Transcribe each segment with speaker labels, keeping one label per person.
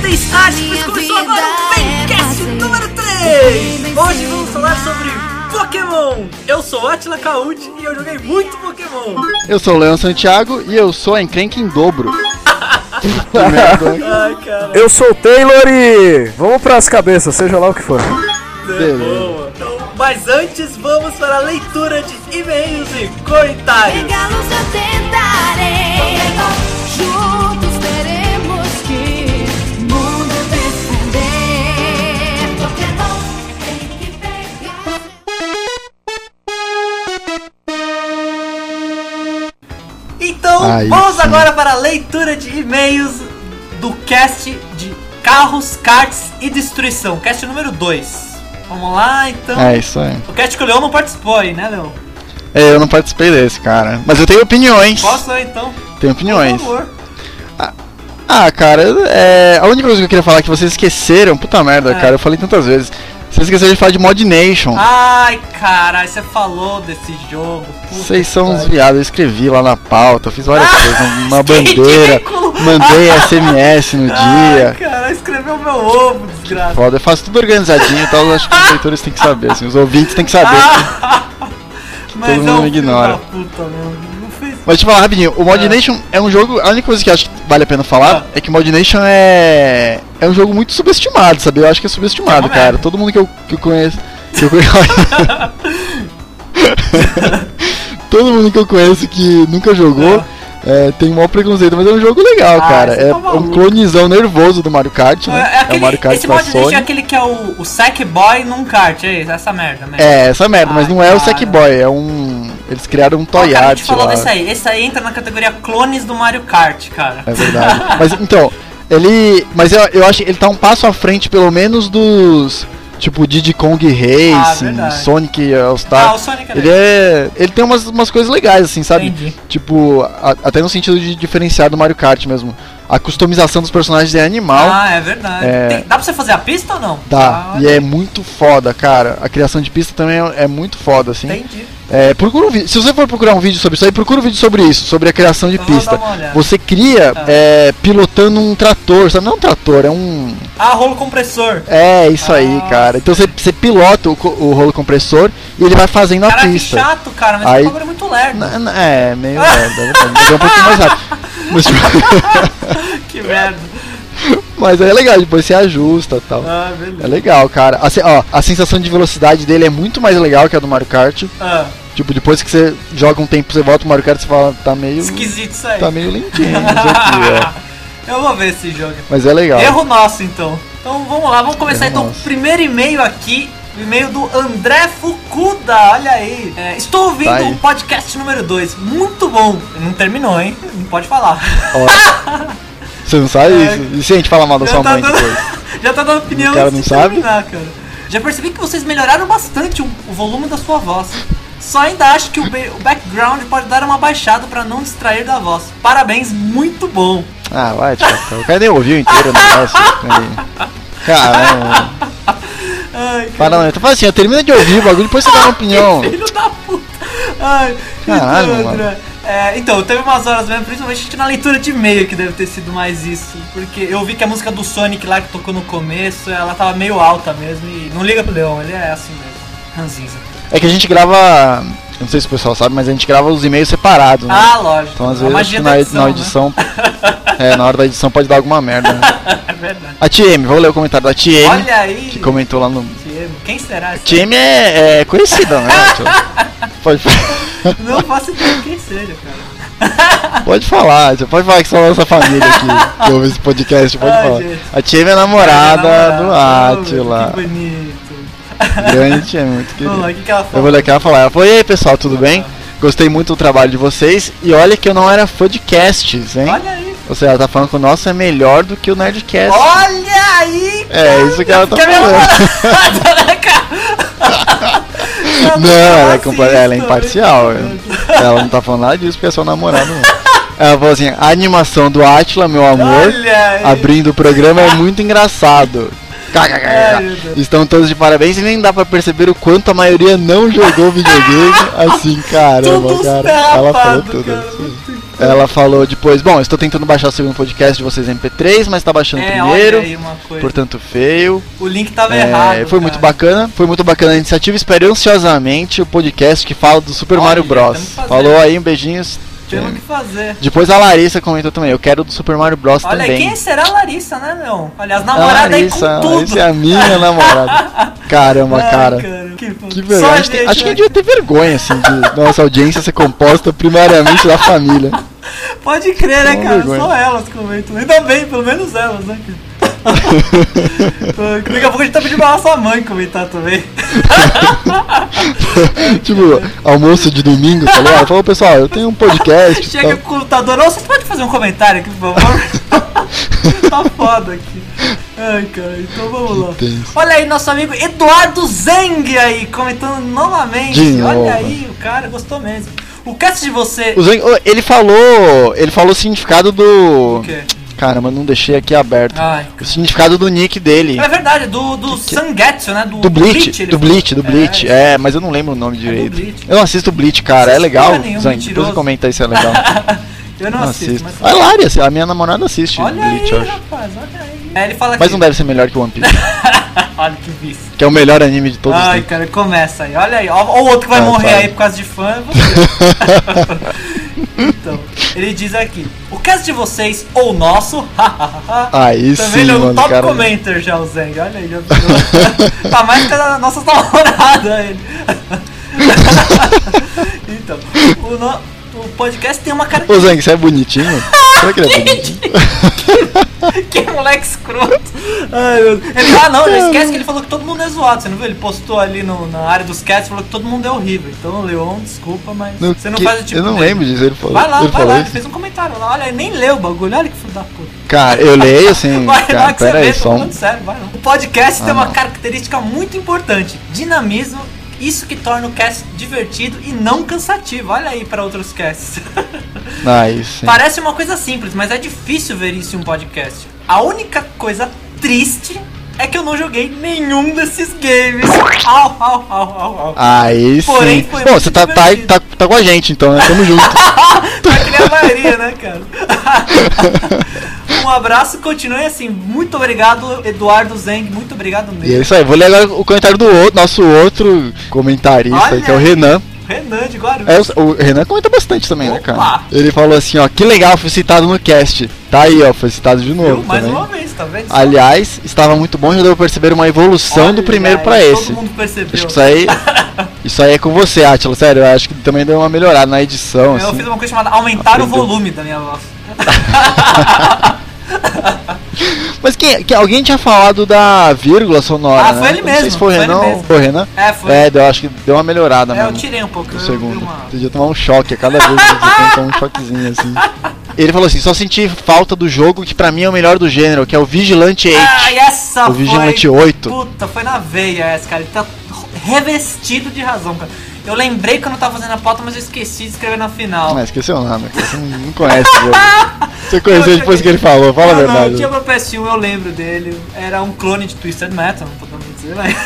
Speaker 1: Fantásticos! Começou agora o Pencast número 3! Hoje vamos falar sobre Pokémon! Eu sou Atila Kaud e eu joguei muito Pokémon!
Speaker 2: Eu sou o Leon Santiago e eu sou a encrenca em dobro.
Speaker 1: Ai, cara,
Speaker 3: Eu sou o Taylor e vamos pras cabeças, seja lá o que for.
Speaker 1: é boa! Então, mas antes, vamos para a leitura de e-mails e comentários!
Speaker 4: Pegá-los eu tentarei.
Speaker 1: então.
Speaker 4: Juntos teremos que mundo defender. Pokémon tem que pegar.
Speaker 1: Então,
Speaker 2: Aí
Speaker 1: vamos
Speaker 2: sim.
Speaker 1: agora para a leitura de e-mails do cast de Carros, Karts e Destruição, cast número 2. Vamos lá, então.
Speaker 2: É isso aí.
Speaker 1: O cast que o Leon não participou aí, né, Leon?
Speaker 2: É, eu não participei desse, cara. Mas eu tenho opiniões.
Speaker 1: Posso aí, então?
Speaker 2: Tenho opiniões.
Speaker 1: Por favor.
Speaker 2: Ah, cara, é, a única coisa que eu queria falar é que vocês esqueceram. Puta merda,
Speaker 1: É. Ah,
Speaker 2: cara, eu falei tantas vezes. Vocês esqueceram de falar de Mod Nation.
Speaker 1: Ai, caralho, você falou desse jogo. puta
Speaker 2: Vocês são
Speaker 1: que
Speaker 2: uns
Speaker 1: pariu. Ah,
Speaker 2: viados, eu escrevi lá na pauta, fiz várias coisas, uma
Speaker 1: que
Speaker 2: bandeira,
Speaker 1: ridículo.
Speaker 2: mandei SMS no
Speaker 1: Ai,
Speaker 2: dia.
Speaker 1: Ah. cara, escreveu meu ovo, desgraça.
Speaker 2: Foda, eu faço tudo organizadinho e tal, eu acho que os leitores têm que saber, assim, os ouvintes têm que saber.
Speaker 1: Ah, Mas
Speaker 2: todo
Speaker 1: é um
Speaker 2: mundo
Speaker 1: filho
Speaker 2: ignora.
Speaker 1: da puta, meu. Não fez.
Speaker 2: Mas deixa eu falar rapidinho, o Mod Nation é um jogo. A única coisa que eu acho que vale a pena falar é que o Mod Nation é. É um jogo muito subestimado, sabe? Eu acho que é subestimado,
Speaker 1: É uma
Speaker 2: cara.
Speaker 1: merda.
Speaker 2: Todo mundo que eu, que eu conheço. Que eu conheço. Todo mundo que eu conheço que nunca jogou. é, tem um maior preconceito, mas é um jogo legal,
Speaker 1: Ah,
Speaker 2: cara.
Speaker 1: você
Speaker 2: É
Speaker 1: tá maluco.
Speaker 2: um clonizão nervoso do Mario Kart,
Speaker 1: É,
Speaker 2: né? É,
Speaker 1: aquele,
Speaker 2: o Mario Kart né?
Speaker 1: esse
Speaker 2: da
Speaker 1: mod Nation
Speaker 2: Sony.
Speaker 1: é aquele que é o, o Sack Boy num kart, é isso, essa merda mesmo.
Speaker 2: É, essa merda, mas
Speaker 1: Ai,
Speaker 2: não é o
Speaker 1: cara.
Speaker 2: Sackboy, é um. Eles criaram um
Speaker 1: Ó,
Speaker 2: toy
Speaker 1: cara, a
Speaker 2: art
Speaker 1: gente falou
Speaker 2: lá.
Speaker 1: desse aí. Esse aí entra na categoria clones do Mario Kart, cara.
Speaker 2: É verdade. mas então, ele. Mas eu, eu acho que ele tá um passo à frente, pelo menos, dos. Tipo, Diddy Kong Racing,
Speaker 1: Ah, verdade.
Speaker 2: Sonic
Speaker 1: Ah,
Speaker 2: All-Star.
Speaker 1: o Sonic é
Speaker 2: ele é. Ele tem umas, umas coisas legais, assim, sabe?
Speaker 1: Entendi.
Speaker 2: Tipo, a- até no sentido de diferenciar do Mario Kart mesmo. A customização dos personagens é animal.
Speaker 1: Ah, é verdade.
Speaker 2: É.
Speaker 1: Tem- dá pra você fazer a pista ou não?
Speaker 2: Dá,
Speaker 1: Ah,
Speaker 2: e é muito foda, cara. A criação de pista também é, é muito foda, assim.
Speaker 1: Entendi.
Speaker 2: É, procura um vídeo. Se você for procurar um vídeo sobre isso aí, procura um vídeo sobre isso, sobre a criação de
Speaker 1: Eu vou
Speaker 2: pista.
Speaker 1: dar uma olhada.
Speaker 2: tá? Você cria
Speaker 1: Tá.
Speaker 2: é, pilotando um trator, sabe? Não é um trator, é um.
Speaker 1: Ah, rolo compressor.
Speaker 2: É isso aí,
Speaker 1: Ah,
Speaker 2: cara. Então você, você pilota o, co- o rolo compressor e ele vai fazendo a
Speaker 1: Caraca, que
Speaker 2: pista.
Speaker 1: chato, cara, mas
Speaker 2: Aí-
Speaker 1: esse bagulho é muito lerdo.
Speaker 2: Na- na- é, meio merda, é verdade, mas é um pouquinho mais rápido. Mas, tipo,
Speaker 1: Que merda.
Speaker 2: mas é legal, depois você ajusta e tal.
Speaker 1: Ah,
Speaker 2: É
Speaker 1: beleza.
Speaker 2: legal, cara. A, se- ó, a sensação de velocidade dele é muito mais legal que a do Mario Kart.
Speaker 1: Ah,
Speaker 2: Tipo, depois que você joga um tempo, você volta pro Mario Kart, você fala, tá meio.
Speaker 1: esquisito isso aí.
Speaker 2: Tá meio lentinho isso aqui, é.
Speaker 1: Eu vou ver esse jogo.
Speaker 2: Mas é legal.
Speaker 1: Erro nosso, então. Então vamos lá, vamos começar
Speaker 2: Erro
Speaker 1: então
Speaker 2: nosso.
Speaker 1: o primeiro e-mail aqui. o E-mail do André Fukuda, olha aí. É, estou ouvindo
Speaker 2: Tá aí.
Speaker 1: o podcast número 2, muito bom. Não terminou, hein? Não pode falar.
Speaker 2: Ó. Você não sabe
Speaker 1: É.
Speaker 2: isso? E se a gente fala mal da sua mãe depois?
Speaker 1: tá já tá dando opinião
Speaker 2: O cara
Speaker 1: antes
Speaker 2: não
Speaker 1: de
Speaker 2: sabe?
Speaker 1: terminar, cara. Já percebi que vocês melhoraram bastante o, o volume da sua voz. Só ainda acho que o, ba- o background pode dar uma baixada pra não distrair da voz. Parabéns, muito bom.
Speaker 2: Ah, vai, tchau. tchau. O cara nem ouviu inteiro o negócio. Aí. Caramba.
Speaker 1: Ai, cara,
Speaker 2: Para não, então faz assim, ó, termina de ouvir o bagulho, depois você dá uma opinião.
Speaker 1: filho da puta. Ai,
Speaker 2: Caralho,
Speaker 1: então,
Speaker 2: mano.
Speaker 1: André, é, então, teve umas horas mesmo, principalmente na leitura de e-mail que deve ter sido mais isso. Porque eu vi que a música do Sonic lá que tocou no começo, ela tava meio alta mesmo. E não liga pro Leão, ele é assim mesmo. Ranzinza.
Speaker 2: É que a gente grava. eu Não sei se o pessoal sabe, mas a gente grava os e-mails separados, né?
Speaker 1: Ah, lógico.
Speaker 2: então às
Speaker 1: a
Speaker 2: vezes
Speaker 1: magia
Speaker 2: na,
Speaker 1: da
Speaker 2: na
Speaker 1: edição,
Speaker 2: edição.
Speaker 1: né?
Speaker 2: é, na hora da edição pode dar alguma merda. Né?
Speaker 1: É verdade.
Speaker 2: A TM, vou ler o comentário da TM,
Speaker 1: Olha aí.
Speaker 2: que comentou lá no.
Speaker 1: Diego, Quem será essa?
Speaker 2: TM é, é conhecida, né? tio? pode,
Speaker 1: Não faço ideia quem seja, cara.
Speaker 2: pode falar, você pode falar que são a nossa família aqui, que ouve esse podcast, pode
Speaker 1: Ai,
Speaker 2: falar.
Speaker 1: gente.
Speaker 2: A TM é a namorada,
Speaker 1: Namorada.
Speaker 2: do Atila.
Speaker 1: Que bonito.
Speaker 2: Grande é muito querido.
Speaker 1: Vamos lá, então. o que, que ela
Speaker 2: Eu
Speaker 1: falou?
Speaker 2: vou ler aqui ela falar. Ela falou: E aí, pessoal, tudo bem? Gostei muito do trabalho de vocês. E olha que eu não era fã de casts, hein?
Speaker 1: Olha aí.
Speaker 2: Ou seja, ela tá falando que o nosso é melhor do que o Nerdcast.
Speaker 1: Olha aí,
Speaker 2: É isso que ela tá
Speaker 1: Que é minha
Speaker 2: falando.
Speaker 1: namorada, né, cara?
Speaker 2: É. Não, ela é,
Speaker 1: Racista,
Speaker 2: compa- ela é
Speaker 1: né?
Speaker 2: imparcial. ela não tá falando nada disso porque é só namorado mesmo. Ela falou assim: A animação do Atila, meu amor,
Speaker 1: Olha aí.
Speaker 2: abrindo o programa é muito engraçado.
Speaker 1: Ai, meu Deus.
Speaker 2: Estão todos de parabéns e nem dá pra perceber o quanto a maioria não jogou videogame assim, caramba,
Speaker 1: Tudo
Speaker 2: cara.
Speaker 1: estarrapado,
Speaker 2: Ela falou tudo.
Speaker 1: cara.
Speaker 2: assim.
Speaker 1: Muito
Speaker 2: Ela falou depois, bom, estou tentando baixar o segundo podcast de vocês em MP3, mas tá baixando
Speaker 1: É,
Speaker 2: o primeiro,
Speaker 1: olha aí uma coisa.
Speaker 2: portanto feio.
Speaker 1: o link tava
Speaker 2: É,
Speaker 1: errado.
Speaker 2: foi muito
Speaker 1: cara.
Speaker 2: bacana, foi muito bacana a iniciativa. Espero ansiosamente o podcast que fala do Super
Speaker 1: Olha,
Speaker 2: Mario
Speaker 1: tamo
Speaker 2: Bros.
Speaker 1: fazendo.
Speaker 2: Falou aí, um beijinhos.
Speaker 1: Temos o que fazer.
Speaker 2: Depois a Larissa comentou também, eu quero do Super Mario Bros
Speaker 1: Olha,
Speaker 2: também.
Speaker 1: quem será a Larissa, né, Leon? Aliás,
Speaker 2: A
Speaker 1: namorada
Speaker 2: Larissa,
Speaker 1: aí com tudo.
Speaker 2: Larissa é a minha namorada. Caramba,
Speaker 1: Ai,
Speaker 2: cara.
Speaker 1: Que, fofo.
Speaker 2: Que
Speaker 1: Só
Speaker 2: vergonha. Acho, que-
Speaker 1: gente,
Speaker 2: acho que a
Speaker 1: né?
Speaker 2: gente devia ter vergonha, assim, de nossa audiência ser composta primariamente da família.
Speaker 1: Pode crer, né,
Speaker 2: Uma
Speaker 1: cara?
Speaker 2: vergonha.
Speaker 1: Só elas comentam. Ainda bem, pelo menos elas, né, cara? Daqui a pouco a gente tá pedindo pra nossa mãe comentar também.
Speaker 2: tipo, almoço de domingo, falou, ó, falou, pessoal, eu tenho um podcast. e
Speaker 1: Chega o
Speaker 2: tal.
Speaker 1: computador, ô, vocês podem fazer um comentário aqui, por favor? tá foda aqui. Ai, cara, então vamos lá.
Speaker 2: tenso.
Speaker 1: Olha aí nosso amigo Eduardo Zeng aí, comentando novamente.
Speaker 2: De novo.
Speaker 1: Olha aí, o cara gostou mesmo. O cast de você.
Speaker 2: O Zang- oh, ele falou. Ele falou o significado do.
Speaker 1: é O quê?
Speaker 2: Caramba, não deixei aqui aberto.
Speaker 1: Ai,
Speaker 2: O significado do nick dele.
Speaker 1: É verdade, do, do
Speaker 2: que-
Speaker 1: Sangetsu, né? Do,
Speaker 2: Do Bleach,
Speaker 1: ele
Speaker 2: do
Speaker 1: falou.
Speaker 2: Bleach, do Bleach.
Speaker 1: É.
Speaker 2: É, mas eu não lembro o nome direito.
Speaker 1: Bleach.
Speaker 2: Eu não assisto Bleach, cara. É
Speaker 1: Não assisto
Speaker 2: legal.
Speaker 1: porra nenhuma,
Speaker 2: Zang, depois
Speaker 1: mentiroso.
Speaker 2: você comenta aí se é legal.
Speaker 1: É, Eu não,
Speaker 2: Não
Speaker 1: assisto,
Speaker 2: Ah, assisto.
Speaker 1: mas. tá
Speaker 2: A Lari, assim, a minha namorada assiste
Speaker 1: Olha
Speaker 2: Bleach, eu
Speaker 1: aí,
Speaker 2: acho. um
Speaker 1: rapaz, olha aí. É, ele fala
Speaker 2: Mas
Speaker 1: que.
Speaker 2: não deve ser melhor que One Piece,
Speaker 1: olha que vício.
Speaker 2: que é o melhor anime de todos os
Speaker 1: Ai,
Speaker 2: tempos.
Speaker 1: cara, começa aí. Olha aí. Ó, ó o outro que vai
Speaker 2: Ah,
Speaker 1: morrer
Speaker 2: fala.
Speaker 1: aí por causa de fã. é você. então, ele diz aqui: o caso de vocês ou nosso.
Speaker 2: Aí
Speaker 1: Também
Speaker 2: sim,
Speaker 1: ele é um
Speaker 2: mano,
Speaker 1: top
Speaker 2: cara.
Speaker 1: commenter já, o Zeng. Olha aí, já virou. tá mais que a nossa namorada ele. então, o, no- o podcast tem uma cara.
Speaker 2: Ô Zang, você é bonitinho? Será que ele é bonitinho?
Speaker 1: Que moleque escroto. Ai, meu Deus. Ele, ah, não, não esquece que ele falou que todo mundo é zoado. Você não viu? Ele postou ali no- na área dos cats falou que todo mundo é horrível. Então, Leon, desculpa, mas
Speaker 2: Não,
Speaker 1: você não
Speaker 2: que-
Speaker 1: faz o tipo
Speaker 2: eu não
Speaker 1: dele.
Speaker 2: lembro disso, ele falou.
Speaker 1: Vai lá,
Speaker 2: ele
Speaker 1: vai
Speaker 2: falou
Speaker 1: lá, ele
Speaker 2: isso.
Speaker 1: fez um comentário lá. Olha, ele nem leu o bagulho, olha que filho da puta.
Speaker 2: Cara, eu leio assim,
Speaker 1: Vai lá
Speaker 2: cara,
Speaker 1: que você
Speaker 2: pera
Speaker 1: vê,
Speaker 2: aí,
Speaker 1: tô
Speaker 2: só um...
Speaker 1: falando sério, vai lá. O podcast
Speaker 2: Ah,
Speaker 1: tem uma
Speaker 2: não.
Speaker 1: característica muito importante: dinamismo. Isso que torna o cast divertido e não cansativo. Olha aí para outros casts.
Speaker 2: Aí sim.
Speaker 1: Parece uma coisa simples, mas é difícil ver isso em um podcast. A única coisa triste é que eu não joguei nenhum desses games. Au, au, au, au, au.
Speaker 2: Aí sim.
Speaker 1: Porém, foi
Speaker 2: Bom,
Speaker 1: muito
Speaker 2: você tá, tá,
Speaker 1: divertido.
Speaker 2: tá, tá com a gente, então, né? Tamo junto. Ah.
Speaker 1: Mas que nem a maioria, né, cara? um abraço, continue assim. Muito obrigado, Eduardo Zeng. Muito obrigado
Speaker 2: e é
Speaker 1: mesmo.
Speaker 2: isso aí. Vou ler agora o comentário do outro, nosso outro comentarista,
Speaker 1: Olha
Speaker 2: que é o
Speaker 1: aí.
Speaker 2: Renan.
Speaker 1: Renan de Guarulhos.
Speaker 2: É, o, o Renan comenta bastante também, né,
Speaker 1: Opa!
Speaker 2: cara? Ele falou assim, ó, que legal, fui citado no cast. Tá aí, ó, foi citado de novo
Speaker 1: Viu? Mais
Speaker 2: também.
Speaker 1: uma vez, tá vendo?
Speaker 2: Aliás, estava muito bom, já deu pra perceber uma evolução
Speaker 1: Olha
Speaker 2: do primeiro
Speaker 1: aí,
Speaker 2: pra esse.
Speaker 1: Todo mundo percebeu.
Speaker 2: Acho que isso aí. Isso aí é com você, Atila. Sério, eu acho que também deu uma melhorada na edição.
Speaker 1: Eu
Speaker 2: assim.
Speaker 1: fiz uma coisa chamada aumentar
Speaker 2: Aprendeu.
Speaker 1: o volume da minha voz.
Speaker 2: Mas quem, que alguém tinha falado da vírgula sonora.
Speaker 1: um- Ah, foi
Speaker 2: né?
Speaker 1: ele
Speaker 2: Eu Não sei
Speaker 1: mesmo,
Speaker 2: se foi o
Speaker 1: foi ele
Speaker 2: Renan.
Speaker 1: mesmo.
Speaker 2: Foi o Renan?
Speaker 1: É, foi.
Speaker 2: É, eu acho que deu uma melhorada
Speaker 1: É, eu
Speaker 2: mesmo.
Speaker 1: tirei um pouco.
Speaker 2: No
Speaker 1: eu
Speaker 2: segundo.
Speaker 1: dei uma-
Speaker 2: Podia tomar um choque a cada vez que você toma um choquezinho assim. Ele falou assim: só senti falta do jogo que pra mim é o melhor do gênero, que é o Vigilante 8.
Speaker 1: Ah, e essa
Speaker 2: o
Speaker 1: foi...
Speaker 2: Vigilante 8.
Speaker 1: Puta, foi na veia essa, cara. Ele tá revestido de razão, cara. Eu lembrei que eu não tava fazendo a pauta, mas eu esqueci de escrever na final.
Speaker 2: Ah, esqueceu o nome, cara. Você não não conhece o jogo. Você conheceu
Speaker 1: Eu
Speaker 2: depois
Speaker 1: joguei.
Speaker 2: que ele falou, fala a
Speaker 1: não, não,
Speaker 2: verdade.
Speaker 1: eu tinha pra PS1, eu lembro dele. Era um clone de Twisted Metal, não podemos dizer, mas...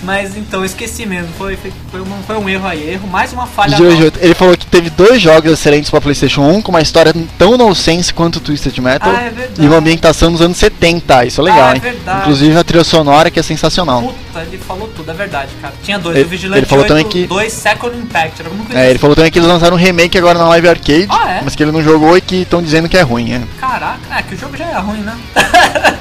Speaker 1: mas então, eu esqueci mesmo. Foi, foi, foi um, foi um erro aí, erro. Mais uma falha
Speaker 2: Vigilante
Speaker 1: nossa.
Speaker 2: 8. Ele falou que teve dois jogos excelentes pra PlayStation 1 com uma história tão nonsense quanto Twisted Metal
Speaker 1: Ah, é verdade.
Speaker 2: e uma ambientação nos anos 70. Isso é legal,
Speaker 1: Ah, é
Speaker 2: hein?
Speaker 1: verdade.
Speaker 2: Inclusive a trilha sonora que é sensacional.
Speaker 1: Puta, ele falou tudo, é verdade, cara. Tinha dois,
Speaker 2: Ele-
Speaker 1: o Vigilante
Speaker 2: ele falou
Speaker 1: 8,
Speaker 2: também que-
Speaker 1: dois Second Impact, era alguma coisa
Speaker 2: É, ele
Speaker 1: assim.
Speaker 2: falou também que eles lançaram um remake agora na Live Arcade,
Speaker 1: Ah, é?
Speaker 2: mas que ele não jogou e que estão dizendo que é ruim, é.
Speaker 1: Caraca, é que o jogo já é ruim, né?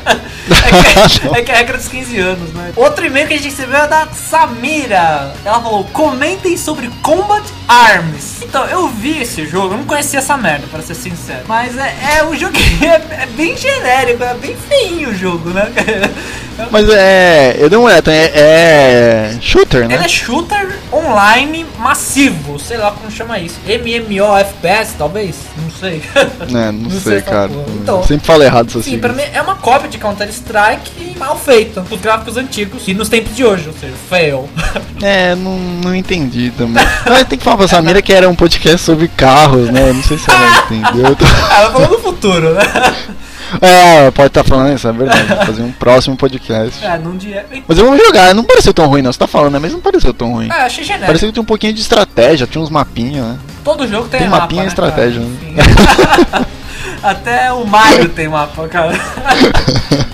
Speaker 1: é, que, é que é a regra dos 15 anos, né? Outro e-mail que a gente recebeu é da Samira. Ela falou: comentem sobre Combat Arms. Então, eu vi esse jogo, eu não conhecia essa merda, pra ser sincero. Mas é, é o jogo é, é bem genérico, é bem feinho o jogo, né? É
Speaker 2: Mas é. Eu dei uma olhada, então é, é Shooter, né?
Speaker 1: Ele é shooter online massivo, sei lá como chama isso. MMO FPS, talvez? Não sei.
Speaker 2: É, não, sei,
Speaker 1: essa
Speaker 2: cara.
Speaker 1: porra.
Speaker 2: Eu
Speaker 1: Então,
Speaker 2: Sempre falei errado essas
Speaker 1: Sim, pra
Speaker 2: siglas.
Speaker 1: mim é uma cópia de Counter-Strike mal feita, os gráficos antigos e nos tempos de hoje, ou seja, fail.
Speaker 2: É, não, não entendi também. Mas tem que falar pra Samira que era um podcast sobre carros, né? Não sei se ela entendeu.
Speaker 1: ah, eu falo do futuro, né?
Speaker 2: É, pode estar falando isso, é verdade. Fazer um próximo podcast.
Speaker 1: Ah, não dia.
Speaker 2: Mas vamos jogar, não pareceu tão ruim, não. Você tá falando, né? Mas não pareceu tão ruim.
Speaker 1: Ah, achei genérico.
Speaker 2: Pareceu que tinha um pouquinho de estratégia, tinha uns mapinhas, né?
Speaker 1: Todo jogo tem,
Speaker 2: Tem
Speaker 1: mapa.
Speaker 2: mapinha e
Speaker 1: né,
Speaker 2: estratégia,
Speaker 1: cara?
Speaker 2: né?
Speaker 1: Sim. Até o Mario tem mapa, cara.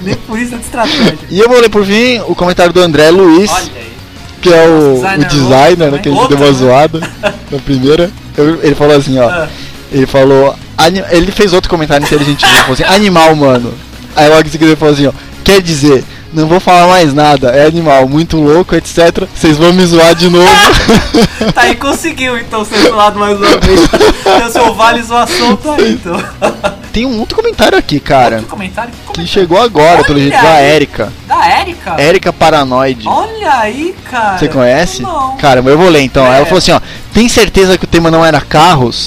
Speaker 1: Nem por isso é de estratégia.
Speaker 2: E eu vou ler por fim o comentário do André Luiz,
Speaker 1: Olha aí.
Speaker 2: que é o
Speaker 1: Designer
Speaker 2: o designer, né,
Speaker 1: outro
Speaker 2: que a gente
Speaker 1: também.
Speaker 2: deu uma
Speaker 1: Outro, né?
Speaker 2: zoada na primeira. Eu- ele falou assim, ó.
Speaker 1: Ah.
Speaker 2: Ele falou. "Ani- Ele fez outro comentário inteligente, ele falou assim, animal, mano. Aí logo em seguida ele falou assim, ó, quer dizer, não vou falar mais nada, é animal, muito louco, etc. Vocês vão me zoar de novo.
Speaker 1: Tá aí, conseguiu então ser zoado mais uma vez. Então, seu vale zoação tá aí, então.
Speaker 2: Tem um outro comentário aqui, cara.
Speaker 1: Que comentário?
Speaker 2: Que chegou agora, pelo jeito,
Speaker 1: Olha
Speaker 2: da
Speaker 1: aí.
Speaker 2: Érica.
Speaker 1: Da Erika?
Speaker 2: Érica Paranoide.
Speaker 1: Olha aí, cara.
Speaker 2: Você conhece?
Speaker 1: Não.
Speaker 2: Cara, mas eu vou ler então.
Speaker 1: É.
Speaker 2: Ela falou assim, ó. Tem certeza que o tema não era carros?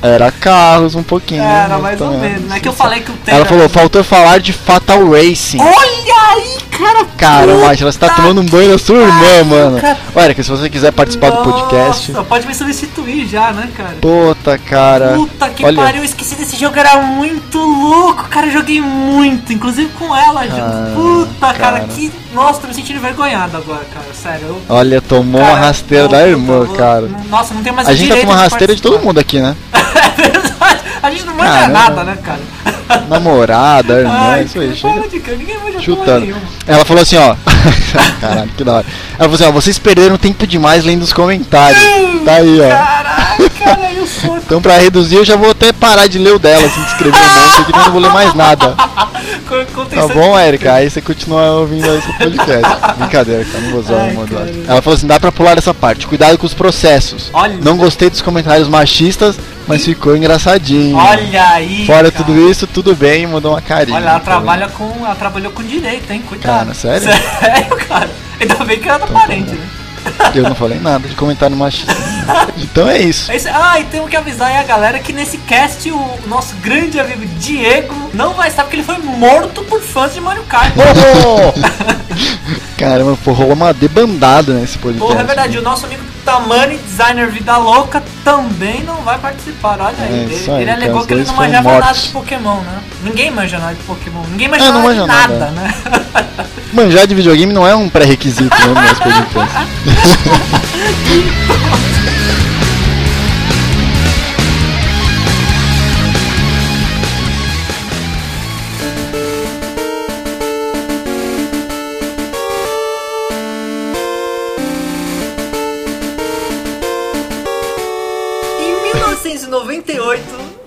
Speaker 2: era carros um pouquinho.
Speaker 1: Era mais
Speaker 2: tá
Speaker 1: ou
Speaker 2: vendo?
Speaker 1: menos. É que eu falei que o tema.
Speaker 2: Ela falou, faltou falar de Fatal Racing.
Speaker 1: Olha aí, cara.
Speaker 2: Cara,
Speaker 1: puta
Speaker 2: Márcia, ela está tomando um banho na sua irmã,
Speaker 1: pariu,
Speaker 2: mano.
Speaker 1: cara.
Speaker 2: Olha, que se você quiser participar do podcast.
Speaker 1: Nossa, pode me substituir já, né, cara?
Speaker 2: Puta, cara.
Speaker 1: Puta que
Speaker 2: Olha,
Speaker 1: pariu, eu esqueci desse jogo, era muito louco, cara, eu joguei muito, inclusive com ela,
Speaker 2: Ah,
Speaker 1: junto. Puta, cara,
Speaker 2: cara.
Speaker 1: que. Nossa, tô me sentindo envergonhado agora, cara, sério. Eu,
Speaker 2: Olha, tomou
Speaker 1: cara,
Speaker 2: a rasteira
Speaker 1: puta,
Speaker 2: da irmã,
Speaker 1: eu-
Speaker 2: cara.
Speaker 1: Nossa, não tem mais
Speaker 2: A
Speaker 1: o
Speaker 2: gente tá
Speaker 1: direito
Speaker 2: tomando rasteira de todo
Speaker 1: participar.
Speaker 2: mundo aqui, né?
Speaker 1: É verdade, a gente não manda
Speaker 2: Caramba.
Speaker 1: nada, né, cara?
Speaker 2: Namorada, irmã, isso aí.
Speaker 1: cara,
Speaker 2: Chega,
Speaker 1: para de cara, ninguém manja porra
Speaker 2: chutando.
Speaker 1: nenhuma.
Speaker 2: Ela falou assim, ó. Caralho, que da hora. Ela falou assim, ó, vocês perderam tempo demais lendo os comentários. Tá aí, ó.
Speaker 1: Caraca, cara, eu sou.
Speaker 2: Então pra reduzir eu já vou até parar de ler o dela, assim, de escrever um monte aqui, porque eu não vou ler mais nada. Tá bom, Erika? Aí você continua ouvindo esse podcast. Brincadeira, cara, não vou zoar
Speaker 1: Ai,
Speaker 2: uma
Speaker 1: cara.
Speaker 2: dose. Ela falou assim, dá pra pular essa parte, cuidado com os processos.
Speaker 1: Olha.
Speaker 2: Não gostei dos comentários machistas, mas ficou engraçadinho.
Speaker 1: Olha aí.
Speaker 2: Fora
Speaker 1: cara.
Speaker 2: tudo isso, tudo bem, mandou uma carinha.
Speaker 1: Olha, ela
Speaker 2: tá
Speaker 1: trabalha com. Ela trabalhou com direito, hein? Cuidado.
Speaker 2: Cara, sério?
Speaker 1: Sério, cara. Ainda bem que ela tá parente, né?
Speaker 2: Eu não falei nada de comentário machista. Então é isso.
Speaker 1: É isso- Ah, e temos que avisar aí a galera que nesse cast o nosso grande amigo Diego não vai estar porque ele foi morto por fãs de Mario Kart.
Speaker 2: Caramba, pô, rolou uma debandada nesse podcast.
Speaker 1: Porra, é verdade, o nosso amigo Tamani, designer Vida Louca, também não vai participar, olha aí.
Speaker 2: É
Speaker 1: ele
Speaker 2: isso aí,
Speaker 1: ele
Speaker 2: cara,
Speaker 1: alegou
Speaker 2: os
Speaker 1: que ele
Speaker 2: dois
Speaker 1: não
Speaker 2: foram
Speaker 1: manjava nada
Speaker 2: mortos.
Speaker 1: de Pokémon, né? Ninguém manja nada de Pokémon, ninguém manja,
Speaker 2: É, não
Speaker 1: nada, de
Speaker 2: manja nada.
Speaker 1: nada, né?
Speaker 2: Manjar de videogame não é um pré-requisito né, no nosso podcast.
Speaker 1: Em 1998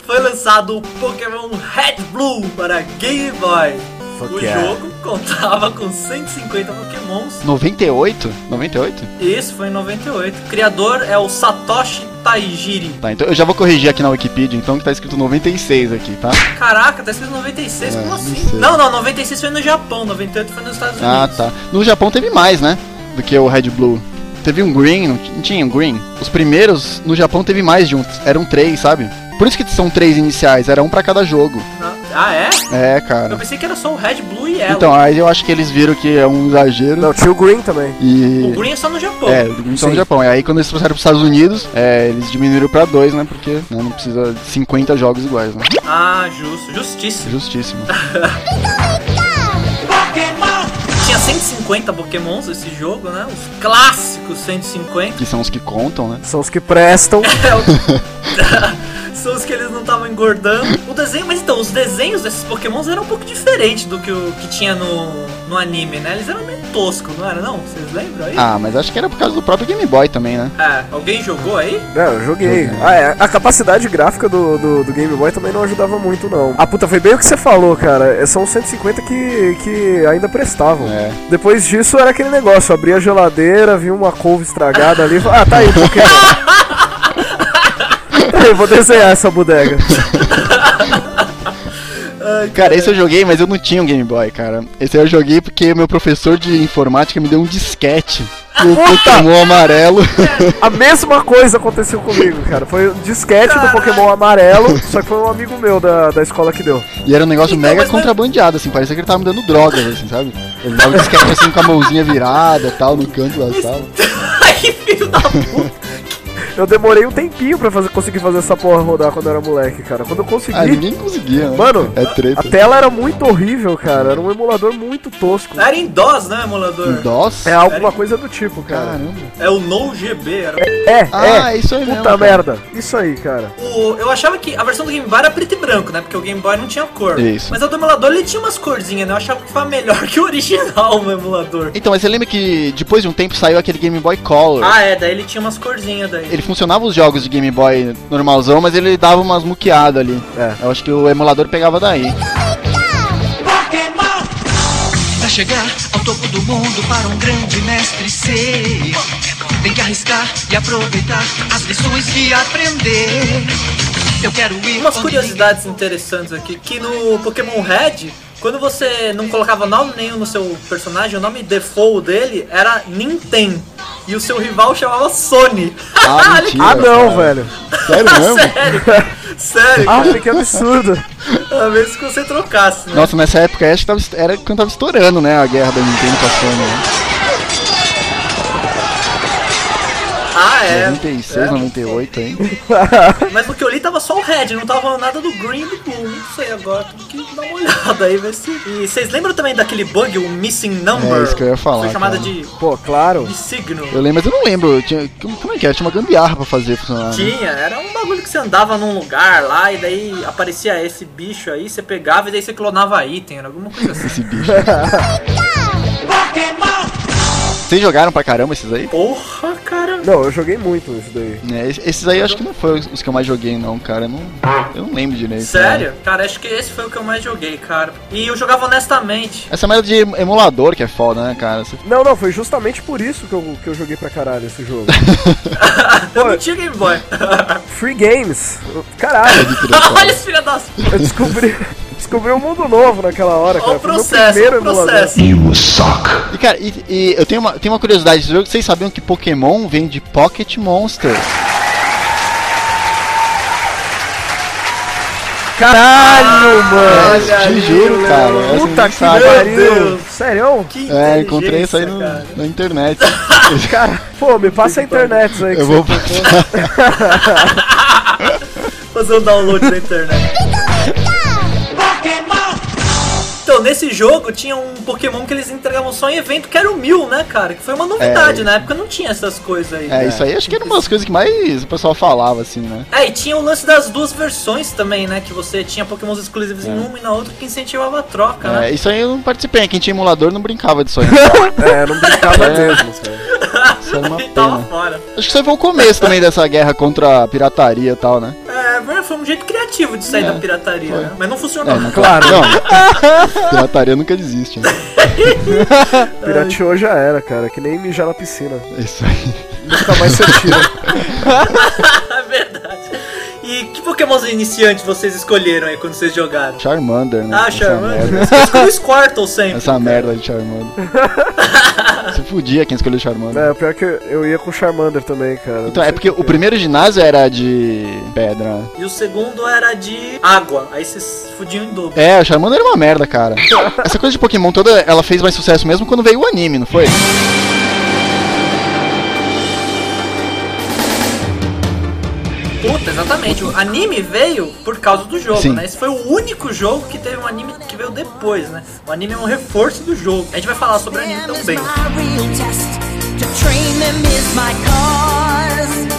Speaker 1: foi lançado o Pokémon Red Blue para Game Boy.
Speaker 3: Fuck
Speaker 1: o
Speaker 3: yeah.
Speaker 1: jogo contava com 150 Pokémons
Speaker 2: 98? 98?
Speaker 1: e esse foi em 98. O criador é o Satoshi Taijiri.
Speaker 2: Tá, então eu já vou corrigir aqui na Wikipedia, então, que tá escrito 96 aqui, tá?
Speaker 1: Caraca, tá escrito 96,
Speaker 2: É,
Speaker 1: como
Speaker 2: não
Speaker 1: assim?
Speaker 2: sei.
Speaker 1: Não, não, 96 foi no Japão, 98 foi nos Estados
Speaker 2: Ah,
Speaker 1: Unidos.
Speaker 2: tá. No Japão teve mais, né? Do que o Red Blue. Teve um Green, não t- não tinha um Green? Os primeiros, no Japão teve mais de um, eram três, sabe? Por isso que são três iniciais, era um pra cada jogo.
Speaker 1: Não- Ah, é?
Speaker 2: É,
Speaker 1: Eu
Speaker 2: cara.
Speaker 1: pensei que era só o Red, Blue e Yellow.
Speaker 2: Então, aí eu acho que eles viram que é um exagero
Speaker 3: Não, tinha o Green também.
Speaker 2: e...
Speaker 1: O Green é só no Japão.
Speaker 2: É, do Green só no
Speaker 3: Sim.
Speaker 2: Japão. E aí quando eles trouxeram pros Estados Unidos, é, eles diminuíram pra dois, né? Porque né, não precisa de 50 jogos iguais, né?
Speaker 1: Ah, justo, justíssimo.
Speaker 2: Justíssimo.
Speaker 1: Tinha 150 Pokémons esse jogo, né? Os clássicos 150.
Speaker 2: Que são os que contam, né?
Speaker 3: São os que prestam.
Speaker 1: É, o- Então, São os que eles não estavam engordando. O desenho, mas então, os desenhos desses pokémons eram um pouco diferentes do que o que tinha no, no anime, né? Eles eram meio toscos, não era não? Vocês lembram aí?
Speaker 2: Ah, mas acho que era por causa do próprio Game Boy também, né?
Speaker 1: É, alguém jogou aí?
Speaker 3: É, eu joguei. Ah, é, a capacidade gráfica do, do, do Game Boy também não ajudava muito, não. Ah, puta, foi bem o que você falou, cara. É, São 150 que, que ainda prestavam.
Speaker 2: É.
Speaker 3: Depois disso era aquele negócio, abria a geladeira, via uma couve estragada ali, e falava, ah, tá aí, Pokémon. Eu vou desenhar essa bodega.
Speaker 2: Cara, esse eu joguei, mas eu não tinha um Game Boy, cara. Esse aí eu joguei porque meu professor de informática me deu um disquete. com O Pokémon amarelo.
Speaker 3: A mesma coisa aconteceu comigo, cara. Foi o disquete do Pokémon amarelo, só que foi um amigo meu da, da escola que deu.
Speaker 2: E era um negócio
Speaker 1: Então,
Speaker 2: mega
Speaker 1: mas-
Speaker 2: contrabandeado, assim. Parecia que ele tava me dando drogas, assim, sabe? Ele dava um disquete assim com a mãozinha virada e tal, no canto da sala.
Speaker 1: Ai, filho da puta!
Speaker 3: Eu demorei um tempinho pra fazer, conseguir fazer essa porra rodar quando eu era moleque, cara. Quando eu consegui.
Speaker 2: Ah, ninguém conseguia, né?
Speaker 3: Mano,
Speaker 2: é treta.
Speaker 3: a tela era muito horrível, cara. Era um emulador muito tosco.
Speaker 1: Era em DOS, né, emulador?
Speaker 2: DOS?
Speaker 3: É alguma coisa do tipo, cara.
Speaker 2: Caramba.
Speaker 1: É o NoGB. Era...
Speaker 3: É,
Speaker 2: Ah,
Speaker 3: é.
Speaker 2: é isso aí mesmo.
Speaker 3: Puta
Speaker 2: cara.
Speaker 3: merda. Isso aí, cara.
Speaker 1: O, eu achava que a versão do Game Boy era preto e branco, né? Porque o Game Boy não tinha cor.
Speaker 2: Isso.
Speaker 1: Mas o do emulador ele tinha umas corzinhas, né? Eu achava que foi melhor que o original o emulador.
Speaker 2: Então, mas você lembra que depois de um tempo saiu aquele Game Boy Color?
Speaker 1: Ah, é, daí ele tinha umas corzinhas daí.
Speaker 2: Ele funcionava os jogos de Game Boy normalzão, mas ele dava umas muqueadas ali.
Speaker 3: É.
Speaker 2: Eu acho que o emulador pegava daí.
Speaker 5: Pra chegar ao topo do mundo para um grande mestre ser Tem que arriscar e aproveitar as lições que aprender Eu quero ir
Speaker 1: Umas
Speaker 5: onde
Speaker 1: curiosidades interessantes aqui, que no Pokémon Red, quando você não colocava nome nenhum no seu personagem, o nome default dele era Nintendo. E o seu rival chamava Sony.
Speaker 2: Ah,
Speaker 1: Olha que-
Speaker 2: mentira.
Speaker 3: Ah, não,
Speaker 2: cara.
Speaker 3: velho.
Speaker 2: Sério mesmo?
Speaker 1: Sério? Sério,
Speaker 3: Ah, que absurdo.
Speaker 2: Ah.
Speaker 1: cara. Às vezes que você trocasse, né?
Speaker 2: Nossa, nessa época aí acho que tava, est- era quando tava estourando, né? A guerra da Nintendo com a Sony. Né?
Speaker 1: Ah, é.
Speaker 2: 96, 98, hein?
Speaker 1: Mas o que eu li tava só o Red, não tava nada do Green e do Blue. Não sei agora, tem que dar uma olhada aí, ver se. E vocês lembram também daquele bug, o Missing Number?
Speaker 2: É, isso que eu ia falar,
Speaker 1: Foi chamada
Speaker 2: cara.
Speaker 1: de
Speaker 3: Pô, claro.
Speaker 1: signo.
Speaker 2: Eu lembro, mas eu não lembro. eu tinha- como, como é que era? Tinha uma gambiarra pra fazer funcionar. né?
Speaker 1: Tinha, era um bagulho que você andava num lugar lá e daí aparecia esse bicho aí, você pegava e daí você clonava item, era alguma coisa assim.
Speaker 2: Esse bicho. Vocês jogaram pra caramba esses aí?
Speaker 1: Porra, cara.
Speaker 3: Não, eu joguei muito isso daí.
Speaker 2: Né, es- esses aí eu acho que não foram os que eu mais joguei, não, cara. Eu não, eu não lembro direito. né?
Speaker 1: Sério? Cara, acho que esse foi o que eu mais joguei, cara. E eu jogava honestamente.
Speaker 2: Essa merda de em- emulador que é foda, né, cara? Você-
Speaker 3: Não, não, foi justamente por isso que eu, que eu joguei pra caralho esse jogo.
Speaker 1: Eu não tinha Game Boy.
Speaker 3: Free Games. Caralho,
Speaker 1: Olha esse filho das.
Speaker 3: eu descobri, descobri um mundo novo naquela hora,
Speaker 1: Olha
Speaker 3: cara.
Speaker 1: o
Speaker 3: Foi meu
Speaker 1: processo, olha
Speaker 3: primeiro
Speaker 1: o
Speaker 3: emulador.
Speaker 1: processo.
Speaker 2: E, cara, e, e eu tenho uma, tenho uma curiosidade desse jogo. Vocês sabiam que Pokémon vem de Pocket Monster?
Speaker 3: Caralho, mano.
Speaker 2: É, te juro, cara. essa
Speaker 3: Puta
Speaker 2: ninguém
Speaker 3: que
Speaker 2: sabe.
Speaker 3: pariu.
Speaker 1: Deus.
Speaker 3: Sério?
Speaker 1: Que
Speaker 2: É, encontrei isso aí no-
Speaker 1: inteligência, cara.
Speaker 2: na internet.
Speaker 3: Cara, pô, me passa a internet aí. que
Speaker 2: Eu vou
Speaker 3: você-
Speaker 2: passar.
Speaker 1: Fazer um download da internet. Então, nesse jogo tinha um Pokémon que eles entregavam só em evento, que era o Mil, né, cara? Que foi uma novidade,
Speaker 2: É.
Speaker 1: na época não tinha essas coisas aí. né?
Speaker 2: É, isso aí acho que era uma das coisas que mais o pessoal falava, assim, né?
Speaker 1: É, e tinha o lance das duas versões também, né? Que você tinha pokémons exclusivos em uma e na outra que incentivava a troca, né?
Speaker 2: É, isso aí eu não participei. Quem tinha emulador não brincava disso aí.
Speaker 3: É, não brincava
Speaker 2: É.
Speaker 3: mesmo, cara.
Speaker 2: Isso era É, uma
Speaker 1: E tava
Speaker 2: pena.
Speaker 1: fora.
Speaker 2: Acho que isso aí foi o começo também dessa guerra contra a pirataria e tal, né?
Speaker 1: É, mas foi um jeito criativo de sair
Speaker 2: É,
Speaker 1: da pirataria,
Speaker 2: foi.
Speaker 1: né? Mas não funcionou.
Speaker 2: É, mas claro. Não, pirataria nunca desiste, né?
Speaker 3: Pirateou já era, cara. Que nem mijar na piscina.
Speaker 2: É Isso aí.
Speaker 3: Nunca mais você tira.
Speaker 1: É verdade. E que pokémons iniciantes vocês escolheram aí quando vocês jogaram?
Speaker 2: Charmander, né?
Speaker 1: Ah,
Speaker 2: Essa
Speaker 1: Charmander.
Speaker 2: merda.
Speaker 1: Eu escolhi o Squirtle sempre.
Speaker 2: Essa merda de Charmander. Se fudia quem escolheu Charmander.
Speaker 3: É, pior que eu- eu ia com Charmander também, cara.
Speaker 2: Então,
Speaker 3: Não
Speaker 2: é
Speaker 3: sei
Speaker 2: porque o primeiro ginásio era de pedra. né?
Speaker 1: E o segundo era de água. Aí vocês fudiam em dobro.
Speaker 2: É, o Charmander era uma merda, cara. Essa coisa de Pokémon toda, ela fez mais sucesso mesmo quando veio o anime, não foi?
Speaker 1: Puta, exatamente. O anime veio por causa do jogo,
Speaker 2: Sim.
Speaker 1: né? Esse foi o único jogo que teve um anime que veio depois, né? O anime é um reforço do jogo. A gente vai falar sobre o anime
Speaker 6: Them is
Speaker 1: também.
Speaker 6: my real test. To train them is my cause.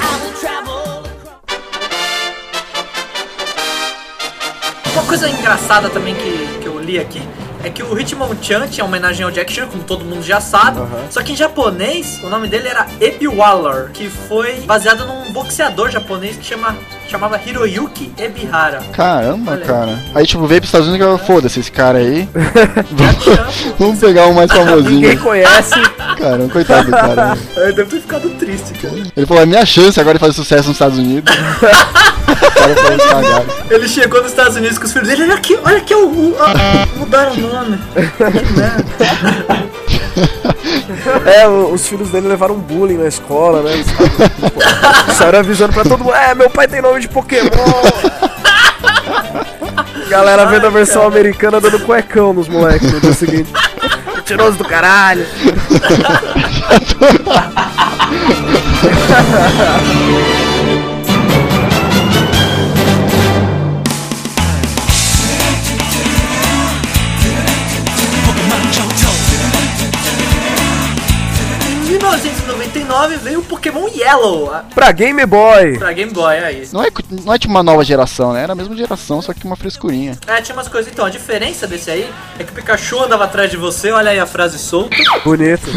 Speaker 6: I will travel across.
Speaker 1: Uma coisa engraçada também que, que eu li aqui é que o Hitmonchan é homenagem ao Jack Chan, como todo mundo já sabe. Só que em japonês, o nome dele era Ebiwaller, que foi baseado num boxeador japonês que chama, chamava Hiroyuki Ebihara.
Speaker 2: Caramba,
Speaker 1: Olha aí.
Speaker 2: cara. Aí, tipo, veio pros Estados Unidos e falou, foda-se esse cara aí.
Speaker 1: Jack Chan,
Speaker 2: Vamos pegar o mais famosinho.
Speaker 3: Ninguém conhece.
Speaker 2: Caramba, coitado do cara. né?
Speaker 1: eu devo ter ficado triste, cara.
Speaker 2: Ele falou, é minha chance agora de fazer sucesso nos Estados Unidos. o cara foi cagado.
Speaker 1: Ele chegou nos Estados Unidos com os filhos dele, olha aqui, olha aqui, o, o, a- mudaram o nome. Que merda.
Speaker 3: É, o- os filhos dele levaram um bullying na escola, né? Eles ficavam- Saíram avisando pra todo mundo, é, meu pai tem nome de Pokémon. Galera vendo a versão americana dando cuecão nos moleques no dia seguinte. Mentiroso do caralho.
Speaker 1: Em 1999 veio o Pokémon Yellow a-
Speaker 3: Pra Game Boy!
Speaker 1: pra Game Boy, aí.
Speaker 2: Não é, cu- não é tipo uma nova geração, né? Era a mesma geração, só que uma frescurinha.
Speaker 1: É, tinha umas coisas. Então, a diferença desse aí é que o Pikachu andava atrás de você, olha aí a frase solta. É,
Speaker 3: Bonito.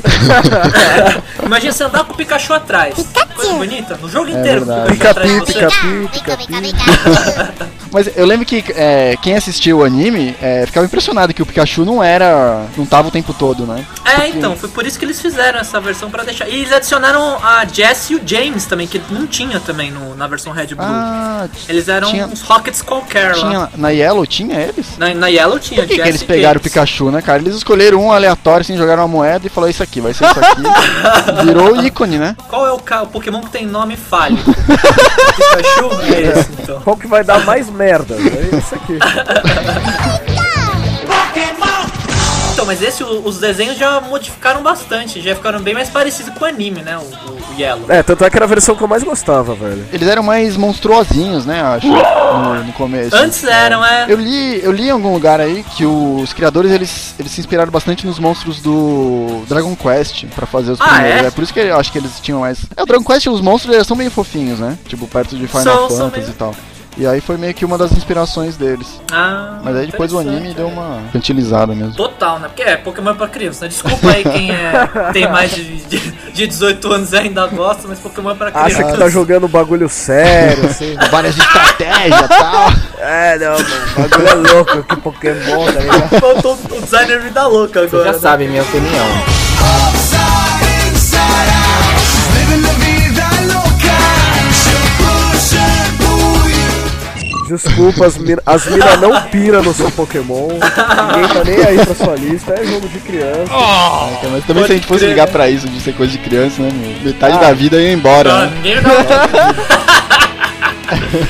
Speaker 1: Imagina você andar com o Pikachu atrás. Coisa bonita. No jogo inteiro, com o
Speaker 2: É verdade.
Speaker 1: Pikachu atrás de
Speaker 3: Pica-pi,
Speaker 1: você.
Speaker 3: pica-pi, pica-pi.
Speaker 2: Mas eu lembro que é, quem assistiu o anime é, ficava impressionado que o Pikachu não era. não tava o tempo todo, né?
Speaker 1: É, então, foi por isso que eles fizeram essa versão pra deixar. E eles adicionaram a Jess e o James também, que não tinha também no- na versão Red e Blue.
Speaker 2: Ah,
Speaker 1: eles eram
Speaker 2: tinha-
Speaker 1: uns Rockets qualquer lá.
Speaker 2: tinha. Na Yellow tinha eles?
Speaker 1: Na, na Yellow tinha
Speaker 2: Por que, que
Speaker 1: Jess
Speaker 2: eles
Speaker 1: e
Speaker 2: pegaram o
Speaker 1: James.
Speaker 2: Pikachu, né, cara? Eles escolheram um aleatório, assim, jogaram uma moeda e falaram isso aqui, vai ser isso aqui. Virou ícone, né?
Speaker 1: Qual é o, ca- o Pokémon que tem nome falho? Pikachu? É esse, então.
Speaker 3: Qual que vai dar mais merda? É isso aqui.
Speaker 1: Então, mas esse, o- os desenhos já modificaram bastante, já ficaram bem mais parecidos com o anime, né? O, o- o Yellow.
Speaker 3: É, tanto é que era a versão que eu mais gostava, velho.
Speaker 2: Eles eram mais monstruosinhos, né, acho, no, no começo.
Speaker 1: Antes eram, é.
Speaker 2: Eu li, eu li em algum lugar aí que os criadores eles, eles se inspiraram bastante nos monstros do Dragon Quest pra fazer os
Speaker 1: Ah,
Speaker 2: primeiros.
Speaker 1: é?
Speaker 2: por isso que eu acho que eles tinham mais. É, o Dragon Quest, os monstros eles são meio fofinhos, né? Tipo, perto de Final
Speaker 1: São,
Speaker 2: Fantasy
Speaker 1: são
Speaker 2: e
Speaker 1: meio-
Speaker 2: tal. E aí foi meio que uma das inspirações deles.
Speaker 1: Ah,
Speaker 2: Mas aí depois o anime
Speaker 1: interessante.
Speaker 2: deu uma cantilizada mesmo.
Speaker 1: Total, né? Porque é Pokémon é pra criança, né? Desculpa aí quem é, tem mais de, de, de 18 anos e ainda gosta, mas Pokémon é pra criança.
Speaker 3: Acha que tá jogando um bagulho sério, assim.
Speaker 2: Várias estratégias e tal.
Speaker 3: É, não, mano. Bagulho é louco, que Pokémon, tá ligado?
Speaker 1: Faltou o designer vida louca
Speaker 5: Vocês já
Speaker 1: agora. né?
Speaker 5: sabem minha opinião.
Speaker 3: Desculpa, as minas as mina não pira no seu Pokémon. Ninguém tá nem aí pra sua lista. É jogo de criança.
Speaker 2: É, mas também se a gente fosse
Speaker 1: crer,
Speaker 2: ligar
Speaker 1: né?
Speaker 2: pra isso de ser coisa de criança, né, meu? Metade
Speaker 3: Ah.
Speaker 2: da vida ia
Speaker 1: Ah,
Speaker 2: embora, né?
Speaker 1: ninguém jogava.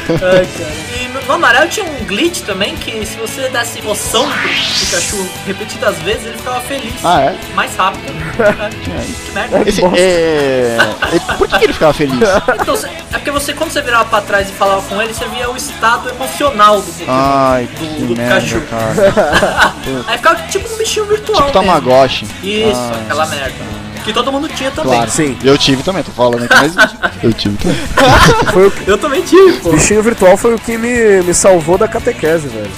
Speaker 1: Ai, cara. E no- no Amarelo tinha um glitch também que se você desse poção pro Pikachu repetidas vezes, ele ficava feliz.
Speaker 2: Ah, é?
Speaker 1: Mais rápido. É, que merda.
Speaker 2: Esse, é... é- Por que que ele ficava feliz?
Speaker 1: Então, você- é porque você, quando você virava pra trás e falava com ele, você via o estado emocional do Pokémon.
Speaker 3: Ah.
Speaker 2: Ai,
Speaker 1: do-
Speaker 2: que
Speaker 1: do
Speaker 2: merda,
Speaker 1: Pikachu.
Speaker 2: cara.
Speaker 1: Aí ficava tipo um bichinho virtual.
Speaker 2: Tipo
Speaker 1: mesmo.
Speaker 2: Tamagotchi.
Speaker 1: Isso,
Speaker 2: Ah,
Speaker 1: aquela merda. Que todo mundo tinha também.
Speaker 2: Claro.
Speaker 3: Sim.
Speaker 2: Eu tive também, tô falando aqui, mas eu tive também.
Speaker 3: Foi o que-
Speaker 1: Eu também tive, pô.
Speaker 3: Bichinho virtual foi o que me, me salvou da catequese, velho.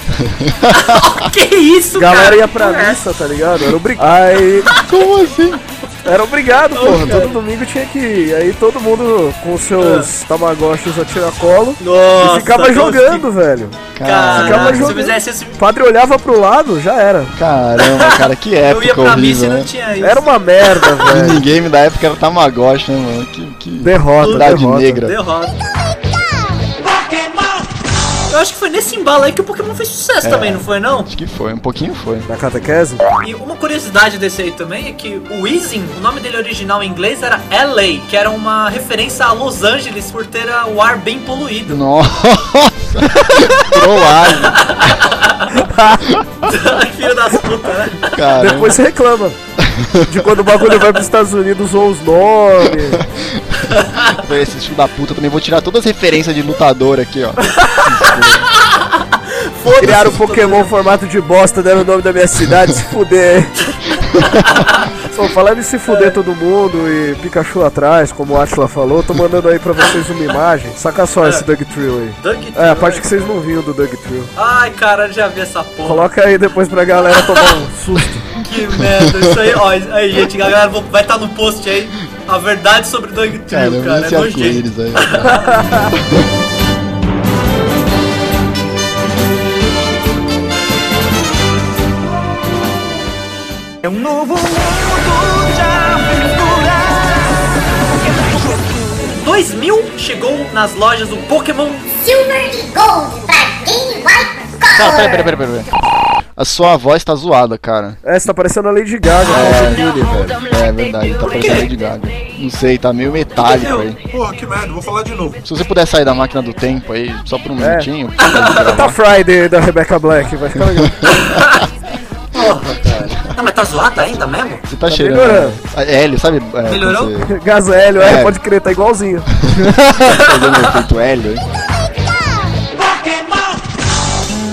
Speaker 1: que isso,
Speaker 3: Galera
Speaker 1: cara?
Speaker 3: ia pra missa, tá ligado? Era obrigado. Aí.
Speaker 2: Como assim?
Speaker 3: Era obrigado, porra. Todo domingo tinha que ir. Aí todo mundo com seus tamagotchis a tiracolo.
Speaker 1: Nossa,
Speaker 3: e ficava
Speaker 1: nossa,
Speaker 3: jogando, velho.
Speaker 1: Cara,
Speaker 3: Ficava
Speaker 1: se eu
Speaker 3: jogando.
Speaker 1: fizesse isso,
Speaker 3: O padre olhava pro lado, já era.
Speaker 2: Caramba, cara, que
Speaker 3: É
Speaker 1: eu ia
Speaker 2: época
Speaker 1: pra missa e
Speaker 2: horrível,
Speaker 1: não
Speaker 2: né?
Speaker 1: tinha isso.
Speaker 3: Era um uma merda,
Speaker 2: O
Speaker 3: velho.
Speaker 2: minigame da época era Tamagotchi, né, mano? Que, que
Speaker 3: Derrota,
Speaker 2: idade
Speaker 3: derrota.
Speaker 2: negra.
Speaker 1: Derrota. Eu acho que foi nesse embalo aí que o Pokémon fez
Speaker 3: É.
Speaker 1: sucesso também, não foi não?
Speaker 2: Acho que foi, um pouquinho foi.
Speaker 3: Na catequese?
Speaker 1: E uma curiosidade desse aí também é que o Weezing, o nome dele original em inglês era LA, que era uma referência a Los Angeles por ter ah, o ar bem poluído.
Speaker 2: Nossa! Trollagem,
Speaker 1: Filho das putas, né?
Speaker 2: cara.
Speaker 3: Depois você reclama. De quando o bagulho vai pros Estados Unidos, ou os nomes.
Speaker 2: Foi esse filho da puta também. Vou tirar todas as referências de lutador aqui, ó.
Speaker 3: Criaram o Pokémon formato de bosta, deram o nome da minha cidade, se fuder. Bom, falando em se fuder todo mundo e Pikachu atrás, como o Atila falou, tô mandando aí pra vocês uma imagem. Saca só esse Dugtrio aí.
Speaker 1: Doug
Speaker 3: É, a parte que vocês não viram do Dugtrio.
Speaker 1: Ai, cara, eu já vi essa porra.
Speaker 3: Coloca aí depois pra galera tomar um susto.
Speaker 1: Que merda, isso aí, ó, aí, gente, a galera vou- vai estar no post aí. A verdade sobre Doug Trio,
Speaker 2: Caramba,
Speaker 1: cara, é
Speaker 2: esse
Speaker 1: nojento.
Speaker 2: arco-íris aí. cara.
Speaker 1: Em 2000 chegou nas lojas o Pokémon.
Speaker 6: Silver e Gold pra Game Boy
Speaker 2: Cara, pera,
Speaker 6: Color.
Speaker 2: pera, pera, pera, pera. A sua voz tá zoada, cara.
Speaker 3: É, você tá parecendo a Lady Gaga. né?
Speaker 2: É verdade, tá parecendo de gaga. Não sei, tá meio metálico aí.
Speaker 7: Porra, que merda, vou falar de novo.
Speaker 2: Se você puder sair da máquina do tempo aí, só por um minutinho. pra gente
Speaker 3: Tá
Speaker 2: gravar.
Speaker 3: Friday da Rebecca Black, vai ficar legal.
Speaker 1: Não, mas tá zoado ainda mesmo?
Speaker 2: Você tá,
Speaker 3: Tá
Speaker 2: cheirando.
Speaker 3: melhorando.
Speaker 2: A Hélio, sabe? é, quando
Speaker 1: Melhorou?
Speaker 2: Você
Speaker 3: Gás hélio, é,
Speaker 2: É.
Speaker 3: pode crer, tá igualzinho.
Speaker 2: tá fazendo efeito Hélio. hein?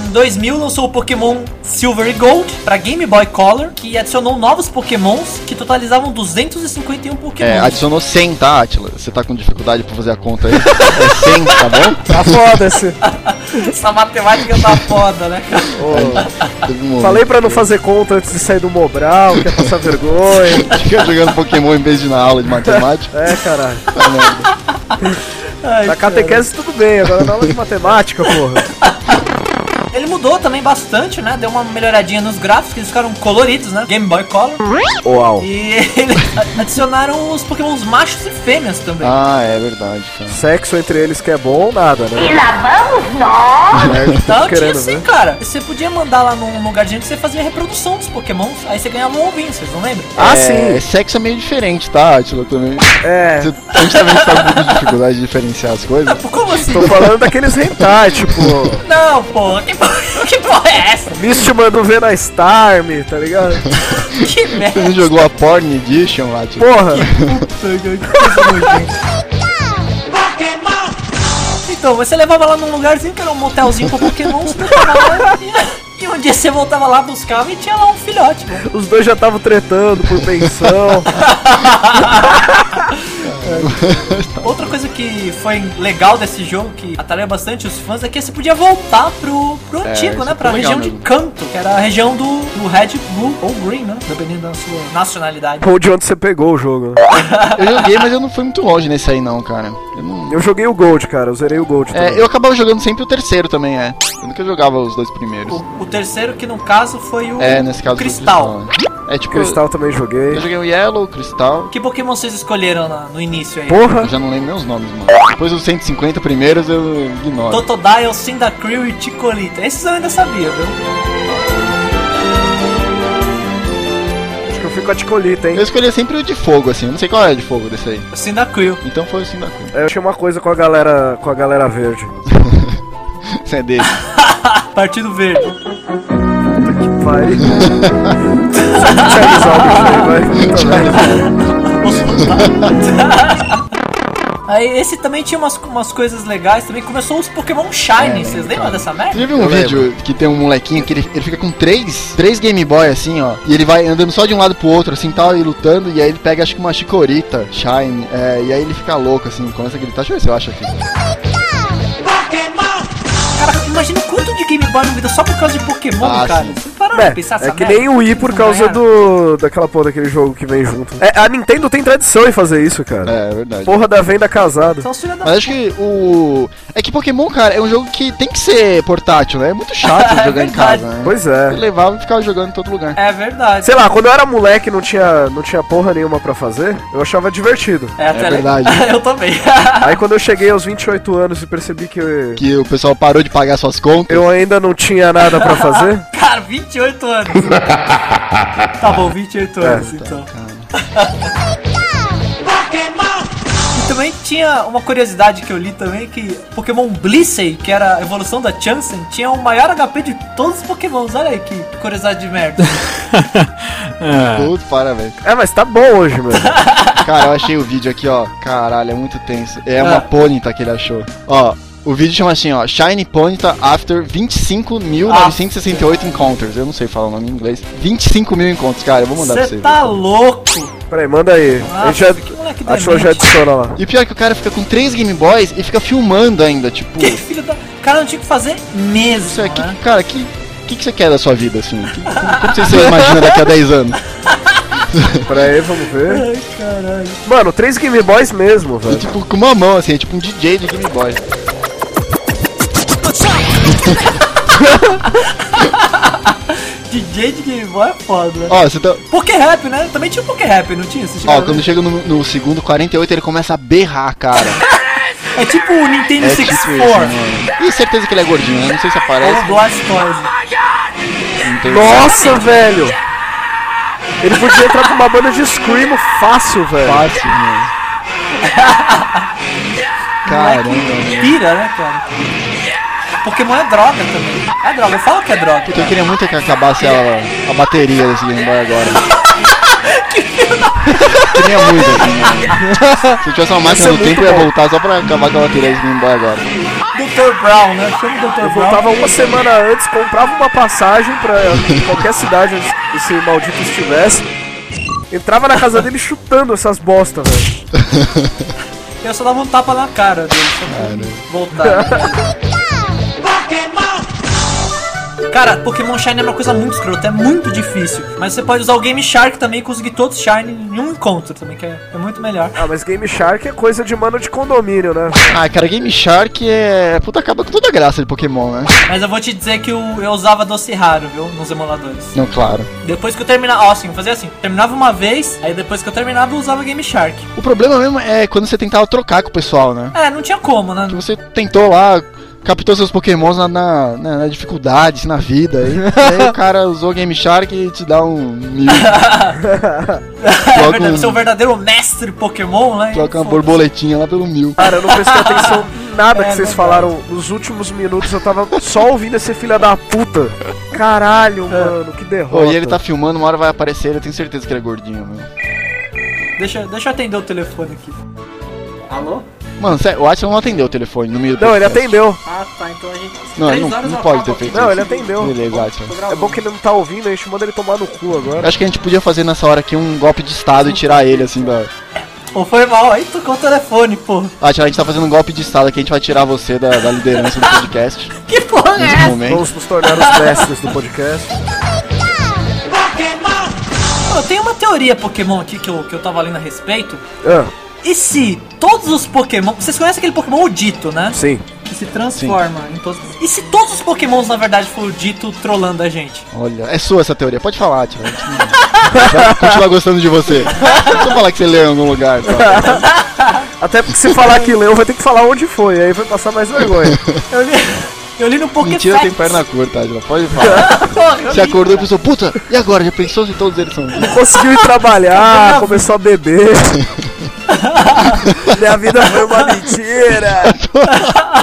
Speaker 1: Em 2000 lançou o Pokémon Silver e Gold pra Game Boy Color, que adicionou novos Pokémons que totalizavam 251
Speaker 2: É,
Speaker 1: Pokémons.
Speaker 2: adicionou 100, tá, Atila? Você tá com dificuldade pra fazer a conta aí? É 100, tá bom?
Speaker 3: Tá foda-se.
Speaker 1: Essa matemática tá foda, né? cara?
Speaker 2: Ô, teve um momento
Speaker 3: Falei pra não fazer conta antes de sair do Mobral, que ia passar vergonha.
Speaker 2: que Fica jogando Pokémon em vez de ir na aula de matemática.
Speaker 3: É, caralho.
Speaker 2: Tá merda.
Speaker 3: Na catequese tudo bem, agora na aula de matemática, porra.
Speaker 1: Ele mudou também bastante, né? Deu uma melhoradinha nos gráficos, eles ficaram coloridos, né? Game Boy Color.
Speaker 3: Uau.
Speaker 1: E eles adicionaram os Pokémons machos e fêmeas também.
Speaker 2: Ah, é verdade, cara.
Speaker 3: Sexo entre eles que é bom ou nada, né?
Speaker 8: E lá vamos nós!
Speaker 3: Merda,
Speaker 2: É,
Speaker 3: tô
Speaker 1: Então tinha
Speaker 3: querendo,
Speaker 1: assim,
Speaker 3: né?
Speaker 1: cara. Você podia mandar lá num lugarzinho que você fazia a reprodução dos Pokémons, aí você ganhava um ovinho, vocês não lembram?
Speaker 2: É,
Speaker 3: Ah, sim.
Speaker 2: sexo é meio diferente, tá, Atila? Também.
Speaker 3: É.
Speaker 2: Você, a gente também tá com muita dificuldade de diferenciar as coisas.
Speaker 1: Como assim?
Speaker 3: Tô falando daqueles hentai, tipo,
Speaker 1: Não, pô, que porra, que porra é essa?
Speaker 3: Mist mandou ver na Starm, tá ligado?
Speaker 1: Que merda.
Speaker 2: Você não jogou a Porn Edition, tipo? Atila?
Speaker 3: Porra,
Speaker 1: Então, você levava lá num lugarzinho que era um motelzinho com Pokémon, você levava lá e, e um dia você voltava lá, buscava e tinha lá um filhote, mano.
Speaker 3: os dois já estavam tretando por pensão.
Speaker 1: Outra coisa que foi legal desse jogo, que atraiu bastante os fãs, é que você podia voltar pro, pro
Speaker 2: É,
Speaker 1: antigo,
Speaker 2: isso
Speaker 1: né? Pra
Speaker 2: foi
Speaker 1: região
Speaker 2: legal
Speaker 1: de
Speaker 2: mesmo.
Speaker 1: canto, que era a região do, do Red, Blue ou Green, né? Dependendo da sua nacionalidade.
Speaker 3: Ou de onde você pegou o jogo. né?
Speaker 2: Eu joguei, mas eu não fui muito longe nesse aí, não, cara. Eu não.
Speaker 3: Eu joguei o Gold, cara, eu zerei o Gold
Speaker 2: É,
Speaker 3: também.
Speaker 2: eu acabava jogando sempre o terceiro também, é. Eu nunca jogava os dois primeiros.
Speaker 1: O, o terceiro, que no caso foi o,
Speaker 2: É, nesse caso.
Speaker 1: o
Speaker 2: foi o
Speaker 1: Cristal.
Speaker 2: Cristal, né? É tipo.
Speaker 3: Cristal também
Speaker 2: Eu
Speaker 3: joguei.
Speaker 2: joguei o Yellow, o Cristal.
Speaker 1: Que Pokémon vocês escolheram na- no início aí?
Speaker 2: Eu
Speaker 3: Porra,
Speaker 2: já não lembro nem os nomes, mano. Depois dos 150 primeiros eu ignoro.
Speaker 1: Totodile, Cyndaquil e Ticolita. Esses eu ainda sabia, viu?
Speaker 3: acho que eu fui com a Ticolita, hein?
Speaker 2: Eu escolhi sempre o de fogo, assim. Eu não sei qual é o de fogo desse aí.
Speaker 1: O Cyndaquil.
Speaker 2: Então foi o Sindacu.
Speaker 3: Eu tinha uma coisa com a galera com a galera verde.
Speaker 2: Esse é dele.
Speaker 1: Partido Verde.
Speaker 3: Puta que pariu. Charizard,
Speaker 1: Aí esse também tinha umas, umas coisas legais também. Começou os Pokémon
Speaker 3: É,
Speaker 1: Shiny,
Speaker 3: então.
Speaker 1: vocês lembram dessa merda?
Speaker 2: Você já viu um
Speaker 3: Eu
Speaker 2: vídeo que tem um molequinho que ele, ele fica com três, três Game Boy, assim, ó. E ele vai andando só de um lado pro outro, assim, tal, e lutando. E aí ele pega, acho que uma chicorita, Shine. É, e aí ele fica louco, assim, começa a gritar. Deixa eu ver se eu acho aqui.
Speaker 1: Cara, imagina o quanto de Game Boy no vida só por causa de Pokémon,
Speaker 2: Ah,
Speaker 1: cara.
Speaker 2: sim.
Speaker 1: Você não parou pra pensar
Speaker 3: É,
Speaker 1: essa
Speaker 3: é que
Speaker 1: merda?
Speaker 3: nem o I por causa
Speaker 1: Merda.
Speaker 3: do. daquela porra daquele jogo que vem junto. É, a Nintendo tem tradição em fazer isso, cara.
Speaker 2: É, é verdade.
Speaker 3: Porra da venda casada.
Speaker 1: São os filhos da...
Speaker 2: Mas acho que o. É que Pokémon, cara, é um jogo que tem que ser portátil, né? É muito chato
Speaker 1: É
Speaker 2: jogar em
Speaker 1: verdade.
Speaker 2: casa, né?
Speaker 3: Pois
Speaker 2: Eu
Speaker 3: é.
Speaker 2: levava e ficava jogando em todo lugar.
Speaker 1: É verdade.
Speaker 3: Sei lá, quando eu era moleque e não tinha, não tinha porra nenhuma pra fazer, eu achava divertido.
Speaker 1: É, até
Speaker 2: verdade.
Speaker 1: eu também.
Speaker 3: Aí quando eu cheguei aos 28 anos e percebi que eu,
Speaker 2: Que o pessoal parou de pagar suas contas.
Speaker 3: eu ainda não tinha nada pra fazer,
Speaker 1: cara, 28 anos. tá bom, 28 anos então. E também tinha uma curiosidade que eu li também que Pokémon Blissey, que era a evolução da Chansen, tinha o maior HP de todos os Pokémons. Olha aí que curiosidade de merda.
Speaker 2: Tudo para, velho.
Speaker 3: É, mas tá bom hoje, meu.
Speaker 2: Cara, eu achei o vídeo aqui, ó. Caralho, é muito tenso. É uma
Speaker 1: Ah.
Speaker 2: Ponyta que ele achou. Ó, o vídeo chama assim, ó. Shiny Ponyta After 25.968 Encounters. Eu não sei falar o nome em inglês. 25 mil encontros, cara. Eu vou mandar pra
Speaker 1: Você
Speaker 2: você.
Speaker 1: tá louco?
Speaker 3: Peraí, manda aí. a gente já,
Speaker 1: Ah, que moleque
Speaker 3: a Show
Speaker 1: demente.
Speaker 3: já adiciona lá.
Speaker 2: E o pior é que o cara fica com três Game Boys e fica filmando ainda, tipo...
Speaker 1: Que filho da. Cara, não tinha o que fazer mesmo.
Speaker 2: Isso é, que,
Speaker 1: né?
Speaker 2: cara, que, que que você quer da sua vida, assim? Que- como, como você se imagina daqui a 10 anos?
Speaker 3: Peraí, vamos ver. Ai, caralho. Mano, três Game Boys mesmo,
Speaker 2: E,
Speaker 3: velho.
Speaker 2: tipo, com uma mão, assim, é tipo um DJ de Game Boy.
Speaker 1: DJ de Game Boy é foda, né?
Speaker 2: Ó, você tá...
Speaker 1: Poké Rap, né? Também tinha o Poké Rap, não tinha? Você tinha-
Speaker 2: Ó, quando chega no, no segundo 48, ele começa a berrar, cara.
Speaker 1: É tipo o Nintendo
Speaker 2: É
Speaker 1: 64
Speaker 2: tipo isso, mano. E certeza que ele é gordinho, né? Não sei se
Speaker 1: ou o
Speaker 2: aparece.
Speaker 1: Blastoise.
Speaker 2: Não tem...
Speaker 3: Nossa, velho. Ele podia entrar com uma banda de Screamo fácil, velho.
Speaker 2: Fácil, mano. Caramba, mano.
Speaker 1: Pira, né, cara? Pokémon é droga também. É droga, eu falo que é droga.
Speaker 2: Puta, eu queria muito que acabasse a, a bateria desse Game Boy agora. queria muito, assim, mano. Se eu tivesse uma máquina do tempo, eu ia voltar só pra acabar com a bateria desse Game Boy agora.
Speaker 1: Dr. Brown, né? Chama o Dr.
Speaker 3: Eu
Speaker 1: Brown.
Speaker 3: voltava uma semana antes, comprava uma passagem pra qualquer cidade onde esse maldito estivesse. Entrava na casa dele chutando essas bostas, velho.
Speaker 1: Eu só dava um tapa na cara dele, só pra voltar. Cara, Pokémon Shine é uma coisa muito escrota, é muito difícil. Mas você pode usar o Game Shark também e conseguir todos Shine em um encontro também, que é, é muito melhor.
Speaker 3: Ah, mas Game Shark é coisa de mano de condomínio, né?
Speaker 2: Ah, cara, Game Shark é. Puta, acaba com toda a graça de Pokémon, né?
Speaker 1: Mas eu vou te dizer que eu, eu usava doce raro, viu? Nos emuladores.
Speaker 2: Não, claro.
Speaker 1: Depois que eu terminava. Ó, assim, eu fazia assim: terminava uma vez, aí depois que eu terminava eu usava Game Shark.
Speaker 2: O problema mesmo é quando você tentava trocar com o pessoal, né?
Speaker 1: É, não tinha como, né?
Speaker 2: Que você tentou lá, captou seus pokémons na, na, na- na dificuldade, na vida. E, aí o cara usou Game Shark e te dá um mil.
Speaker 1: É
Speaker 2: Troca
Speaker 1: verdade,
Speaker 2: um-
Speaker 1: você é um verdadeiro mestre Pokémon, né?
Speaker 2: Troca uma
Speaker 1: Foda-se.
Speaker 2: borboletinha lá pelo mil.
Speaker 3: Cara, eu não prestei atenção em nada
Speaker 1: É,
Speaker 3: que vocês
Speaker 1: verdade.
Speaker 3: falaram nos últimos minutos. Eu tava só ouvindo esse filho da puta. Caralho, mano, que derrota.
Speaker 2: Pô, e ele tá filmando, uma hora vai aparecer, eu tenho certeza que ele é gordinho, meu.
Speaker 1: Deixa, deixa eu atender o telefone aqui. Alô?
Speaker 2: Mano, sério, o Atila não atendeu o telefone no meio do
Speaker 3: Não, ele
Speaker 2: podcast.
Speaker 3: atendeu.
Speaker 1: Ah, tá, então a gente.
Speaker 2: Não, ele
Speaker 1: Três
Speaker 2: não,
Speaker 1: horas
Speaker 2: não
Speaker 1: eu
Speaker 2: pode
Speaker 1: acabo
Speaker 2: ter
Speaker 1: aqui.
Speaker 2: feito
Speaker 3: Não,
Speaker 2: isso.
Speaker 3: ele atendeu.
Speaker 2: Beleza, Atila.
Speaker 1: Tô
Speaker 3: É
Speaker 1: gravando.
Speaker 3: bom que ele não tá ouvindo, a gente manda ele tomar no cu agora.
Speaker 2: Eu acho que a gente podia fazer nessa hora aqui um golpe de estado e tirar ele, assim, da...
Speaker 1: Pô, foi mal, aí tocou o telefone, pô.
Speaker 2: Atila, a gente tá fazendo um golpe de estado aqui, a gente vai tirar você da, da liderança do podcast.
Speaker 1: Que porra é
Speaker 2: Nesse
Speaker 1: essa?
Speaker 2: momento.
Speaker 3: Vamos nos tornar os mestres do podcast.
Speaker 1: Pô, Eu tenho uma teoria Pokémon aqui que eu, que eu tava lendo a respeito.
Speaker 3: Ah,
Speaker 1: E se todos os Pokémon. Vocês conhecem aquele Pokémon o Dito, né?
Speaker 3: sim.
Speaker 1: Que se transforma em todos. E se todos os Pokémons na verdade for o Dito trollando a gente?
Speaker 2: Olha, é sua essa teoria, pode falar, Atila. a gente não- Vai continuar gostando de você. Só falar que você leu em algum lugar. Tá?
Speaker 3: Até porque se falar que leu, vai ter que falar onde foi, aí vai passar mais vergonha.
Speaker 1: Eu li, eu li no Pokéfacts.
Speaker 2: Mentira, tem perna curta, Atila, pode falar. Você acordou e pensou, puta, e agora? Já pensou se todos eles são...
Speaker 3: Conseguiu ir trabalhar, começou a beber. Minha vida foi uma mentira.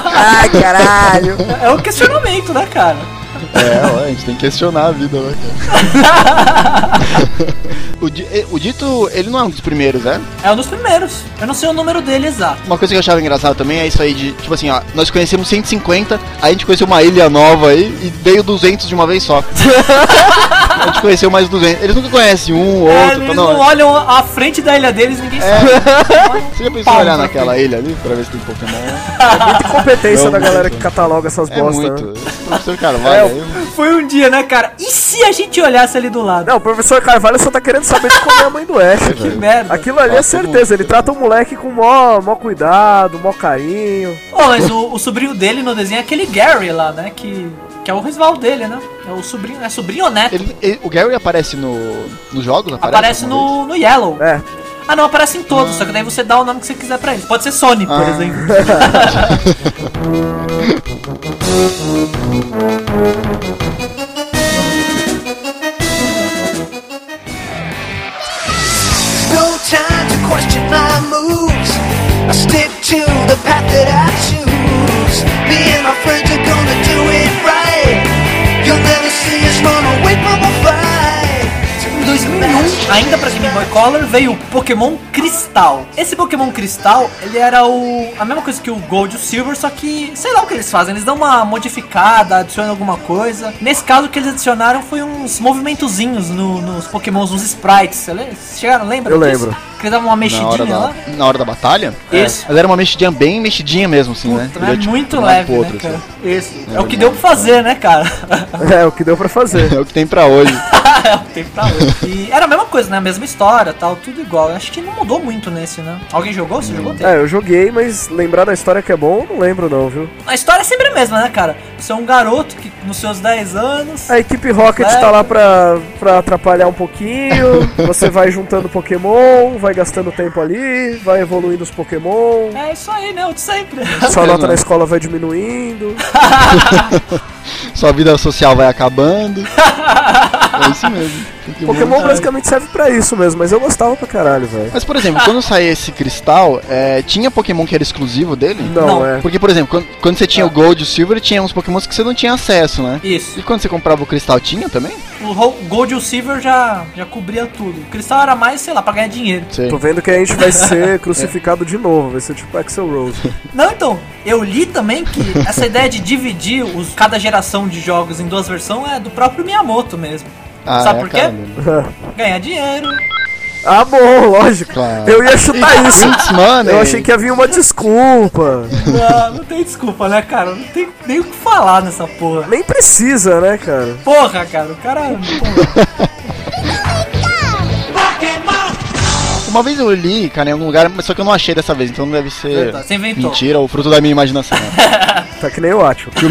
Speaker 3: Ai, caralho.
Speaker 1: É um questionamento, né, cara?
Speaker 2: É, ué, a gente tem que questionar a vida, né, cara? o, Di- eh, o Dito, ele não é um dos primeiros, né?
Speaker 1: É um dos primeiros. Eu não sei o número dele exato.
Speaker 2: Uma coisa que eu achava engraçado também é isso aí de, tipo assim, ó, nós conhecemos 150, aí a gente conheceu uma ilha nova aí e veio 200 de uma vez só. a gente conheceu mais 200. Eles nunca conhecem um, outro,
Speaker 1: É,
Speaker 2: tá,
Speaker 1: eles
Speaker 2: não.
Speaker 1: não olham a frente da ilha deles, ninguém sabe.
Speaker 2: Você já pensou em
Speaker 1: Palma
Speaker 2: olhar
Speaker 1: pra
Speaker 2: naquela ilha ali pra ver se tem Pokémon?
Speaker 3: Muita incompetência
Speaker 2: Não,
Speaker 3: da galera
Speaker 2: muito.
Speaker 3: que cataloga essas
Speaker 2: É
Speaker 3: bostas.
Speaker 2: muito.
Speaker 3: né? É,
Speaker 2: Professor Carvalho, aí,
Speaker 1: Foi um dia, né, cara? E se a gente olhasse ali do lado?
Speaker 3: Não, o professor Carvalho só tá querendo saber de como é a mãe do Ash.
Speaker 1: que
Speaker 3: velho.
Speaker 1: merda.
Speaker 3: Aquilo ali é
Speaker 2: Nossa,
Speaker 3: certeza, ele trata o moleque com mó, mó cuidado, mó carinho.
Speaker 1: Pô, mas o, o sobrinho dele no desenho é aquele Gary lá, né? Que, que é o rival dele, né? É o sobrinho, é sobrinho ou neto?
Speaker 2: ele- ele- o Gary aparece no, nos jogos?
Speaker 1: Aparece
Speaker 2: alguma
Speaker 1: no,
Speaker 2: vez?
Speaker 1: no Yellow.
Speaker 3: É,
Speaker 1: Ah, não, aparece em todos, só que daí você dá o nome que você quiser pra ele. Pode ser Sony, por
Speaker 2: Ah.
Speaker 1: exemplo.
Speaker 5: No time to question my moves. I stick to the path that I choose. Me and my friends are gonna do it right. You'll never see us run away from a fight.
Speaker 1: Em 2001, ainda pra Game Boy Color, veio o Pokémon Cristal. Esse Pokémon Cristal, ele era o a mesma coisa que o Gold e o Silver, só que sei lá o que eles fazem, eles dão uma modificada, adicionam alguma coisa. Nesse caso, o que eles adicionaram foi uns movimentozinhos no- nos Pokémons, uns sprites. Você le- Vocês chegaram, lembra?
Speaker 3: Eu
Speaker 1: disso?
Speaker 3: lembro.
Speaker 1: Que eles davam uma
Speaker 2: Na hora,
Speaker 1: mexidinha lá. É.
Speaker 2: da, na hora da batalha?
Speaker 1: Isso.
Speaker 2: Mas era uma mexidinha bem mexidinha mesmo, assim, né?
Speaker 1: Puta,
Speaker 2: Ele
Speaker 1: é
Speaker 2: ia, tipo, de
Speaker 1: muito
Speaker 2: um lado
Speaker 1: leve,
Speaker 2: pro outro,
Speaker 1: né,
Speaker 2: assim.
Speaker 1: cara? Esse. É o que deu pra fazer, né, cara?
Speaker 3: é o que deu pra fazer.
Speaker 2: É o que tem pra hoje.
Speaker 1: É, o tempo tá hoje. E era a mesma coisa, né? A mesma história tal, tudo igual. Eu Acho que não mudou muito nesse, né? Alguém jogou? Você
Speaker 2: Hum.
Speaker 1: jogou? Teve?
Speaker 3: É, eu joguei, mas lembrar da história que é bom, eu não lembro não, viu?
Speaker 1: A história é sempre a mesma, né, cara? Você é um garoto que nos seus 10 anos.
Speaker 3: A equipe Rocket
Speaker 1: É.
Speaker 3: tá lá pra, pra atrapalhar um pouquinho, você vai juntando Pokémon, vai gastando tempo ali, vai evoluindo os Pokémon,
Speaker 1: É isso aí, né? O de sempre.
Speaker 3: sua
Speaker 2: mesmo,
Speaker 3: nota
Speaker 2: né?
Speaker 3: na escola vai diminuindo.
Speaker 2: Sua vida social vai acabando. é isso mesmo. Tem que
Speaker 3: Pokémon
Speaker 2: montar.
Speaker 3: basicamente serve pra isso mesmo, mas eu gostava pra caralho, velho.
Speaker 2: Mas, por exemplo, quando saía esse cristal, é, tinha Pokémon que era exclusivo dele?
Speaker 3: Não,
Speaker 1: Não.
Speaker 3: é.
Speaker 2: Porque, por exemplo, quando, quando você tinha o Gold e o Silver, tinha uns Pokémons que você não tinha acesso, né?
Speaker 1: Isso.
Speaker 2: E quando você comprava o cristal, tinha também?
Speaker 1: O Ro- Gold e o Silver já, já cobria tudo. O Cristal era mais, sei lá, pra ganhar dinheiro.
Speaker 2: Sei.
Speaker 3: Tô vendo que a gente vai ser crucificado de novo, vai ser tipo Axel Rose.
Speaker 1: Não, então, eu li também que essa ideia de dividir os, cada geração de jogos em duas versões é do próprio Miyamoto mesmo.
Speaker 2: Ah,
Speaker 1: Sabe
Speaker 2: é a
Speaker 1: por quê?
Speaker 2: cara dele.
Speaker 1: Ganhar dinheiro.
Speaker 3: ah, bom, lógico.
Speaker 2: Claro. é
Speaker 3: Eu ia
Speaker 2: Ah,
Speaker 3: chutar isso.
Speaker 2: It's money.
Speaker 3: Eu achei que havia uma desculpa.
Speaker 1: Não, não tem desculpa, né, cara? Não tem nem o que falar nessa porra.
Speaker 3: Nem precisa, né, cara?
Speaker 1: Porra, cara, o cara. é um
Speaker 3: é-
Speaker 2: Uma vez eu li, cara, em algum lugar, mas só que eu não achei dessa vez, então não deve ser
Speaker 1: Verdade, você inventou.
Speaker 2: mentira ou fruto da minha imaginação. né?
Speaker 3: Tá que nem o Atio.
Speaker 2: Que o-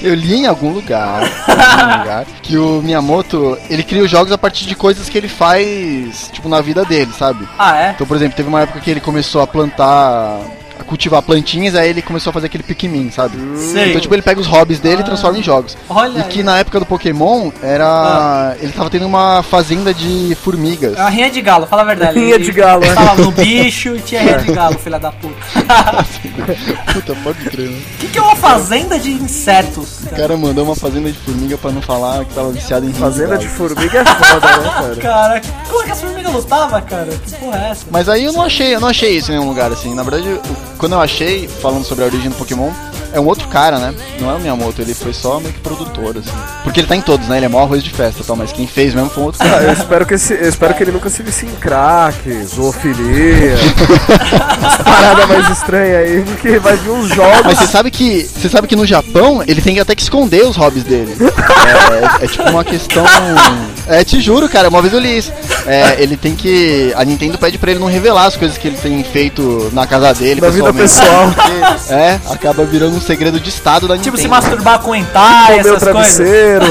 Speaker 2: eu li em algum lugar, em algum lugar que o Miyamoto, ele cria os jogos a partir de coisas que ele faz, tipo, na vida dele, sabe?
Speaker 1: Ah, é?
Speaker 2: Então, por exemplo, teve uma época que ele começou a plantar, a cultivar plantinhas, aí ele começou a fazer aquele Pikmin, sabe?
Speaker 1: Sei. Ah.
Speaker 2: Então, tipo, ele pega os hobbies dele e transforma em jogos.
Speaker 1: Olha
Speaker 2: e
Speaker 1: aí.
Speaker 2: que na época do Pokémon era.
Speaker 3: Ah.
Speaker 2: Ele tava tendo uma fazenda de formigas.
Speaker 1: A rinha de galo, fala a verdade.
Speaker 3: Rinha
Speaker 1: Ele
Speaker 3: de galo, é.
Speaker 1: Tava no bicho e tinha rinha de galo, filha da puta.
Speaker 2: Puta, pode crer, né?
Speaker 1: O que, que é uma fazenda de insetos?
Speaker 2: O cara mandou uma fazenda de formiga pra não falar que tava viciado em rinha
Speaker 3: Fazenda
Speaker 2: galo.
Speaker 3: de formiga é foda, né, cara?
Speaker 1: Cara, como é que as formigas lutavam, cara? Que porra é essa?
Speaker 2: Mas aí eu não achei, eu não achei isso em nenhum lugar, assim. Na verdade, eu- quando eu achei, falando sobre a origem do Pokémon, é um outro cara, né? Não é o Miyamoto, ele foi só meio que produtor, assim. Porque ele tá em todos, né? Ele é maior arroz de festa e tal, mas quem fez mesmo foi um outro
Speaker 3: Ah,
Speaker 2: cara.
Speaker 3: eu espero que, esse- eu espero que ele nunca se vicie em crack, zoofilia, umas paradas mais estranhas aí, porque vai vir uns jogos.
Speaker 1: Ah.
Speaker 2: Mas você sabe que. Você sabe que no Japão ele tem até que esconder os hobbies dele. É, é tipo uma questão. É, te juro, cara, uma vez eu li isso. É, ele tem que. A Nintendo pede pra ele não revelar as coisas que ele tem feito na casa dele,
Speaker 3: Na vida pessoal.
Speaker 2: Porque, é, acaba virando um segredo de estado da
Speaker 1: Tipo,
Speaker 2: Nintendo.
Speaker 1: se masturbar com hentai,
Speaker 3: Comer o
Speaker 1: essas coisas.
Speaker 3: travesseiro.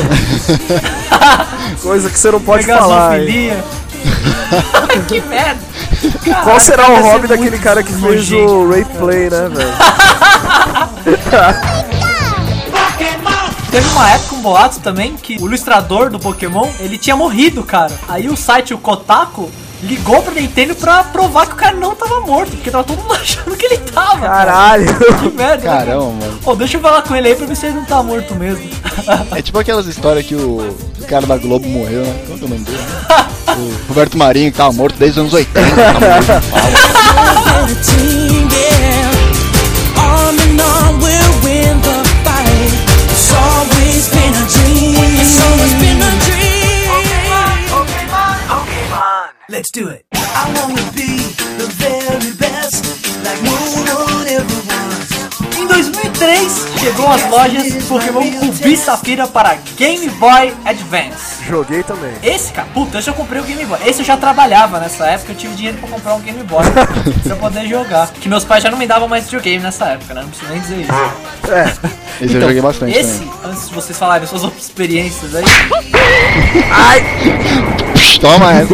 Speaker 3: Coisa que você não pode
Speaker 1: Pegar
Speaker 3: falar. hein?
Speaker 1: zoofilia. que merda.
Speaker 3: Qual será o
Speaker 1: deve ser
Speaker 3: hobby daquele
Speaker 1: muito
Speaker 3: cara que fez
Speaker 1: nojento,
Speaker 3: o Ray Play, né, velho?
Speaker 1: Teve uma época, um boato também, que o ilustrador do Pokémon, ele tinha morrido, cara. Aí o site, o Kotaku, ligou pra Nintendo pra provar que o cara não tava morto, porque tava todo mundo achando que ele tava. cara.
Speaker 3: Caralho.
Speaker 1: Que merda. né,
Speaker 2: Caramba, mano.
Speaker 1: Pô, deixa eu falar com ele aí pra ver se ele não tá morto mesmo.
Speaker 2: É tipo aquelas histórias que o, o cara da Globo morreu, né? Qual que é o nome dele? O Roberto Marinho que tava morto desde os anos 80. Tava morto.
Speaker 5: Let's do it. I wanna be the very best, like moon on everyone.
Speaker 1: Em 2003, chegou às lojas Pokémon Rubi Safira para Game Boy Advance.
Speaker 3: Joguei também.
Speaker 1: Esse, cara, puta, esse eu comprei o Game Boy. Esse eu já trabalhava nessa época, eu tive dinheiro pra comprar um Game Boy pra poder jogar. Que meus pais já não me davam mais videogame nessa época, né? Não preciso nem dizer isso.
Speaker 2: Esse
Speaker 3: Então,
Speaker 2: eu joguei bastante
Speaker 1: Esse,
Speaker 2: também.
Speaker 1: antes de vocês falarem suas outras experiências aí,
Speaker 2: Psh, toma essa.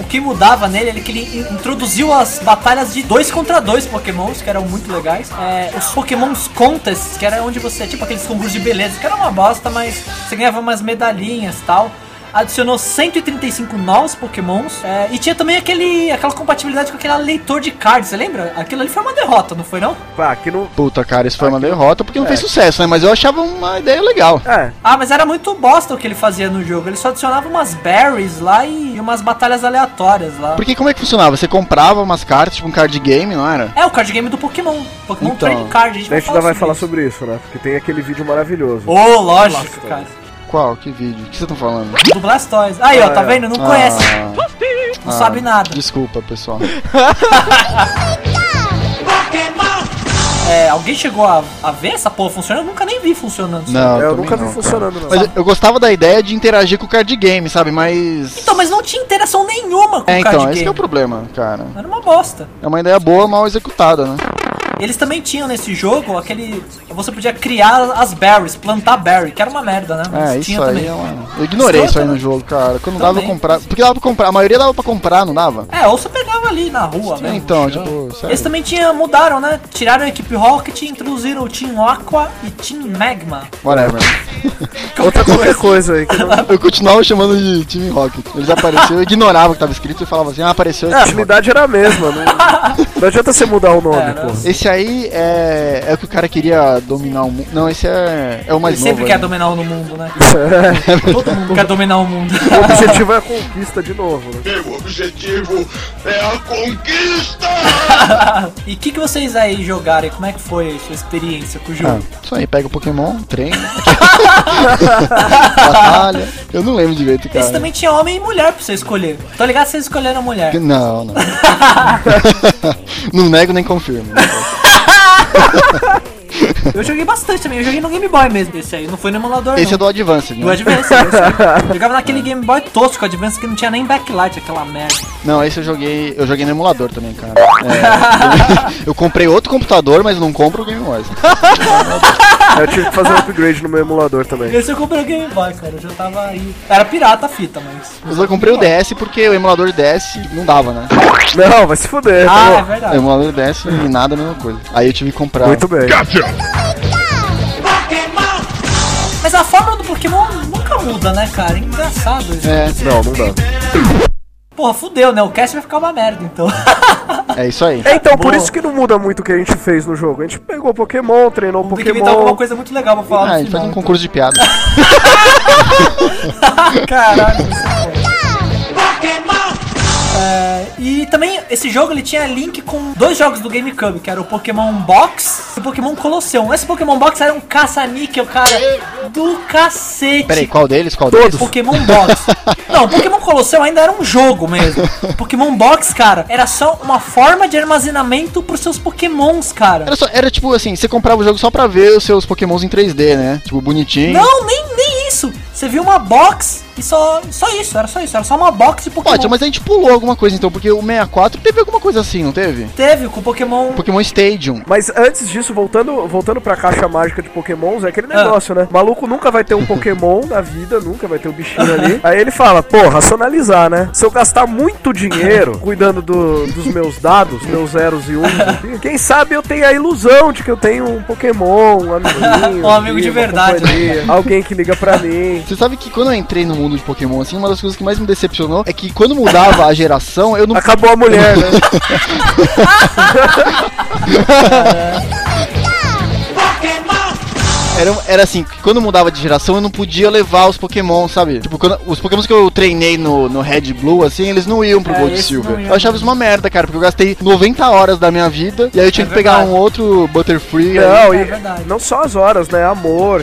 Speaker 1: o que mudava nele era que ele in- introduziu as batalhas de dois contra dois pokémons, que eram muito legais. É, os pokémons contests, que era onde você, tipo aqueles concursos de beleza, que era uma bosta, mas você ganhava umas medalhinhas e tal. Adicionou 135 novos pokémons. é, e tinha também aquele, aquela compatibilidade com aquele leitor de cards, você lembra? Aquilo ali foi uma derrota, não foi não?
Speaker 3: Pá, aqui não.
Speaker 2: Puta, cara, isso foi uma derrota porque não fez sucesso, né? Mas eu achava uma ideia legal.
Speaker 3: É,
Speaker 1: Ah, mas era muito bosta o que ele fazia no jogo. Ele só adicionava umas berries lá e umas batalhas aleatórias lá.
Speaker 2: Porque como é que funcionava? Você comprava umas cartas, tipo um card game, não era?
Speaker 1: É o card game do Pokémon. Pokémon
Speaker 2: Então,
Speaker 1: Trading Card. A gente,
Speaker 3: a gente ainda vai falar
Speaker 1: sobre
Speaker 3: sobre isso, né? Porque tem aquele vídeo maravilhoso.
Speaker 1: isso. Ô, lógico, cara.
Speaker 2: Qual? Que vídeo? O que vocês estão falando?
Speaker 1: Do Blastoise. Aí, ó, tá
Speaker 3: Ah,
Speaker 1: vendo? Não
Speaker 2: Ah,
Speaker 1: conhece, não
Speaker 2: ah,
Speaker 1: sabe nada.
Speaker 2: Desculpa, pessoal.
Speaker 1: É, alguém chegou a, a ver essa porra funcionando? Eu nunca nem vi funcionando.
Speaker 2: Não,
Speaker 3: É, eu
Speaker 2: também
Speaker 3: nunca vi
Speaker 2: não, cara.
Speaker 3: funcionando, não.
Speaker 2: Mas eu- eu gostava da ideia de interagir com o card game, sabe? Mas.
Speaker 1: Então, mas não tinha interação nenhuma com
Speaker 2: É,
Speaker 1: o card
Speaker 2: então, esse
Speaker 1: game.
Speaker 2: que é o problema, cara.
Speaker 1: Era uma bosta.
Speaker 2: É uma ideia boa, mal executada, né?
Speaker 1: Eles também tinham nesse jogo aquele. Você podia criar as berries, plantar berry, que era uma merda, né? Mas
Speaker 2: É,
Speaker 1: tinha
Speaker 2: isso aí
Speaker 1: também.
Speaker 2: é uma... Eu ignorei
Speaker 1: Escrota,
Speaker 2: isso aí no
Speaker 1: né?
Speaker 2: jogo, cara. Quando dava pra
Speaker 1: Também.
Speaker 2: comprar. Porque dava pra comprar, a maioria dava pra comprar, não dava?
Speaker 1: É, ou você pegava ali na rua,
Speaker 2: É,
Speaker 1: né?
Speaker 2: então, tipo,
Speaker 1: Eles
Speaker 2: sério.
Speaker 1: também tinha, mudaram, né? Tiraram a equipe Rocket e introduziram o Team Aqua e Team Magma.
Speaker 2: Whatever.
Speaker 3: Outra qualquer coisa aí que não.
Speaker 2: Eu continuava chamando de Team Rocket. Eles apareciam, eu ignorava o que tava escrito e falava assim, ah, apareceu.
Speaker 3: É, a
Speaker 2: Team Rocket.
Speaker 3: habilidade era a mesma, não, não adianta você mudar o nome,
Speaker 1: É,
Speaker 3: pô.
Speaker 2: Esse aí é, é o que o cara queria dominar o mundo. Não, esse é, é o mais
Speaker 1: Ele sempre
Speaker 2: novo.
Speaker 1: quer
Speaker 2: né?
Speaker 1: dominar o mundo, né?
Speaker 3: É,
Speaker 1: Todo mundo quer dominar o mundo.
Speaker 3: o objetivo é a conquista de novo, né?
Speaker 9: Meu objetivo é a conquista!
Speaker 1: E o que, que vocês aí jogaram? e Como é que foi a sua experiência com o jogo?
Speaker 2: Ah, isso aí, pega o Pokémon, treina. batalha. Eu não lembro direito, cara.
Speaker 1: Esse também é. tinha homem e mulher pra você escolher. Tô ligado que vocês escolheram a mulher.
Speaker 2: Não, não. não nego nem confirmo.
Speaker 1: Eu joguei bastante também, eu joguei no Game Boy mesmo esse aí, não foi no emulador
Speaker 2: Esse
Speaker 1: não.
Speaker 2: é do Advanced, né?
Speaker 1: Do Advance, eu jogava naquele Game Boy tosco, Advance que não tinha nem backlight, aquela merda.
Speaker 2: Não, esse eu joguei. Eu joguei no emulador também, cara. É, eu comprei outro computador, mas não compro o Game Boy.
Speaker 3: Eu tive que fazer um upgrade no meu emulador também.
Speaker 1: Esse eu comprei o Game Boy, cara, eu já tava aí. Era pirata a fita, mas.
Speaker 2: Eu só comprei o DS porque o emulador DS não dava, né?
Speaker 3: Não, vai se fuder.
Speaker 1: Ah, é
Speaker 3: tá bom.
Speaker 2: O
Speaker 1: verdade.
Speaker 2: emulador DS e nada, a mesma coisa. Aí eu tive que comprar.
Speaker 3: Muito bem.
Speaker 1: Mas a fórmula do Pokémon nunca muda, né, cara? É engraçado isso.
Speaker 2: É,
Speaker 3: Não, não dá.
Speaker 1: Porra, fudeu, né? O cast vai ficar uma merda, então.
Speaker 2: é isso aí.
Speaker 3: É, então, por
Speaker 1: Boa.
Speaker 3: isso que não muda muito o que a gente fez no jogo. A gente pegou Pokémon, treinou
Speaker 1: Tem que inventar alguma
Speaker 3: Pokémon.
Speaker 1: coisa muito legal pra falar
Speaker 2: Ah, a
Speaker 1: no
Speaker 2: gente faz um
Speaker 1: final.
Speaker 2: concurso de piada. então.
Speaker 1: Caralho. isso é. É, E também esse jogo ele tinha link com dois jogos do GameCube, que era o Pokémon Box e o Pokémon Colosseum. Esse Pokémon Box era um caça-níquel, cara, do cacete.
Speaker 2: Peraí, qual deles? Qual
Speaker 1: Esse
Speaker 2: deles?
Speaker 1: Pokémon Box. Não, Pokémon Colosseum ainda era um jogo mesmo. Pokémon Box, cara, era só uma forma de armazenamento pros seus Pokémons, cara.
Speaker 2: Era, só, era tipo assim, você comprava o jogo só pra ver os seus pokémons em 3D, né? Tipo, bonitinho.
Speaker 1: Não, nem, nem isso. Você viu uma box e só, só isso, era só isso, era só uma box de Pokémon.
Speaker 2: Ótimo, mas a gente pulou alguma coisa então, porque o 64 teve alguma coisa assim, não teve?
Speaker 1: Teve com o Pokémon
Speaker 2: Pokémon Stadium.
Speaker 3: Mas antes disso, voltando, voltando pra caixa mágica de Pokémons, é aquele
Speaker 1: Ah.
Speaker 3: negócio, né? Maluco nunca vai ter um Pokémon na vida, nunca vai ter um bichinho ali. Aí ele fala, pô, racionalizar, né? Se eu gastar muito dinheiro cuidando do- dos meus dados, meus zeros e uns aqui, quem sabe eu tenho a ilusão de que eu tenho um Pokémon, um amiguinho.
Speaker 1: Um amigo de
Speaker 3: uma
Speaker 1: verdade,
Speaker 3: companhia, Alguém que liga pra mim.
Speaker 2: Você sabe que quando eu entrei no mundo de Pokémon, assim, uma das coisas que mais me decepcionou é que quando mudava a geração, eu não.
Speaker 3: Acabou a mulher, né?
Speaker 2: Era, era assim, que quando mudava de geração, eu não podia levar os Pokémon, sabe? Tipo, quando- os Pokémons que eu treinei no, no Red e Blue, assim, eles não iam pro
Speaker 1: É,
Speaker 2: Gold e
Speaker 1: esse não
Speaker 2: Silver.
Speaker 1: ia.
Speaker 2: Eu achava isso uma merda, cara, porque eu gastei 90 horas da minha vida e aí eu tinha
Speaker 1: É
Speaker 2: que pegar
Speaker 1: verdade.
Speaker 2: um outro Butterfree. aí-
Speaker 3: Não,
Speaker 1: É
Speaker 3: e
Speaker 1: verdade.
Speaker 3: não só as horas, né? Amor,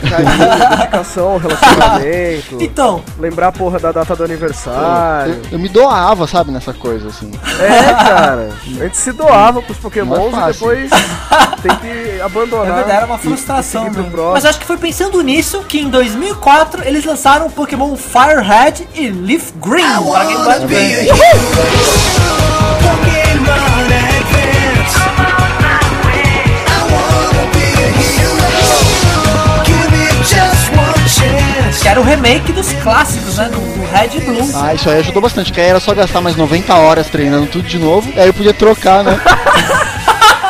Speaker 3: carinho, dedicação, relacionamento.
Speaker 1: Então,
Speaker 3: Lembrar a porra da data do aniversário.
Speaker 2: Eu, eu me doava, sabe, nessa coisa, assim.
Speaker 3: É, cara. A gente se doava pros pokémons
Speaker 2: Não é
Speaker 3: e
Speaker 2: fácil.
Speaker 3: depois tem que
Speaker 1: na
Speaker 3: abandonar.
Speaker 1: É verdade era uma
Speaker 3: Tá. e
Speaker 1: frustração
Speaker 3: seguir pro
Speaker 1: mesmo.
Speaker 3: próximo.
Speaker 1: Mas eu acho que foi pensando nisso que em 2004 eles lançaram o Pokémon Firehead e Leaf Green para Game Boy Advance. Que era o remake dos clássicos, né? Do, do Red e Blue.
Speaker 2: Ah, isso aí ajudou bastante, que aí era só gastar mais 90 horas treinando tudo de novo, e aí eu podia trocar, né?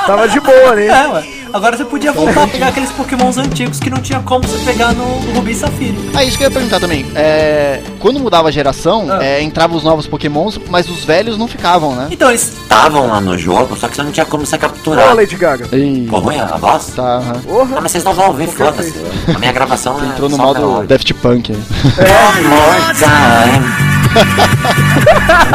Speaker 3: Tava de boa, né?
Speaker 1: É, ué. Agora você podia voltar a pegar aqueles pokémons antigos que não tinha como você pegar no, no Rubi e Safiro.
Speaker 2: Ah, isso que eu ia perguntar também. É, quando mudava a geração,
Speaker 1: Ah.
Speaker 2: é, entravam os novos pokémons, mas os velhos não ficavam, né?
Speaker 1: Então eles...
Speaker 5: Estavam lá no jogo, só que você não tinha como você
Speaker 3: Ó,
Speaker 5: capturar.
Speaker 3: Lady Gaga.
Speaker 2: Ei,
Speaker 5: Ficou ruim é a voz?
Speaker 2: tá, aham.
Speaker 5: Ah,
Speaker 3: Porra.
Speaker 5: mas vocês não vão ouvir, foda-se. A minha gravação é
Speaker 2: entrou no
Speaker 5: só pela
Speaker 2: modo
Speaker 5: hora.
Speaker 2: Daft Punk. né? aí.
Speaker 5: One more time.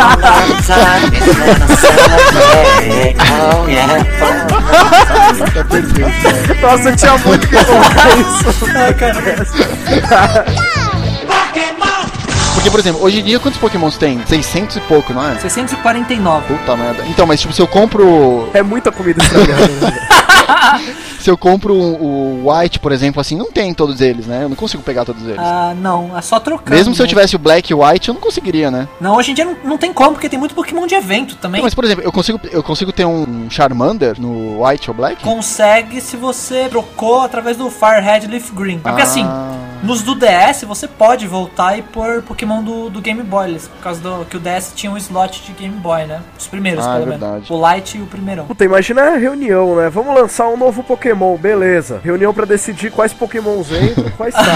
Speaker 5: One more time. It's gonna celebrate. Oh, yeah.
Speaker 3: Nossa, eu tinha muito que colocar isso.
Speaker 1: Ah, cara.
Speaker 2: Porque, por exemplo, hoje em dia quantos pokémons tem? 600 e pouco, não é?
Speaker 1: 649.
Speaker 2: Puta merda. Então, mas tipo, se eu compro.
Speaker 3: É muita comida estragada. né?
Speaker 2: se eu compro o, o White, por exemplo, assim, não tem todos eles, né? Eu não consigo pegar todos eles.
Speaker 1: Ah, não, é só trocando.
Speaker 2: Mesmo se eu
Speaker 1: né?
Speaker 2: tivesse o Black e o White, eu não conseguiria, né?
Speaker 1: Não, hoje em dia não, não tem como, porque tem muito Pokémon de evento também.
Speaker 2: Não, mas, por exemplo, eu consigo, eu consigo ter um Charmander no White ou Black?
Speaker 1: Consegue se você trocou através do Fire Red Leaf Green. É Porque
Speaker 2: Ah.
Speaker 1: assim, nos do DS você pode voltar e pôr Pokémon do, do Game Boy, eles- por causa do, que o DS tinha um slot de Game Boy, né? Os primeiros,
Speaker 2: Ah, é
Speaker 1: pelo menos.
Speaker 2: verdade.
Speaker 1: O Light e o primeirão.
Speaker 3: Puta, imagina a reunião, né? Vamos lançar um novo Pokémon, beleza. Reunião pra decidir quais Pokémons entram e quais saem.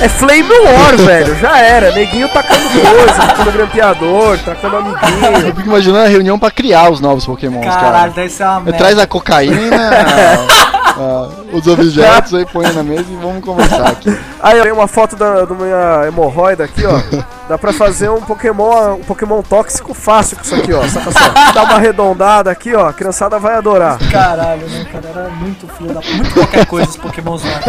Speaker 3: é Flame War, velho. Já era. Neguinho tacando coisa, tacando grampeador, tacando amiguinho.
Speaker 2: Eu fico imaginando a reunião pra criar os novos Pokémons,
Speaker 1: Caralho,
Speaker 2: cara.
Speaker 1: deve ser uma
Speaker 2: Eu
Speaker 1: merda.
Speaker 2: Traz a cocaína, ah, os objetos aí, põe na mesa e vamos conversar aqui.
Speaker 3: Aí eu tenho uma foto da, da minha hemorroida aqui, ó. Dá pra fazer um Pokémon, um Pokémon tóxico fácil com isso aqui, ó. Saca só. Dá uma arredondada aqui, ó. A criançada vai adorar.
Speaker 1: Caralho, né, cara? Era muito filho da Muito qualquer coisa os Pokémons lá.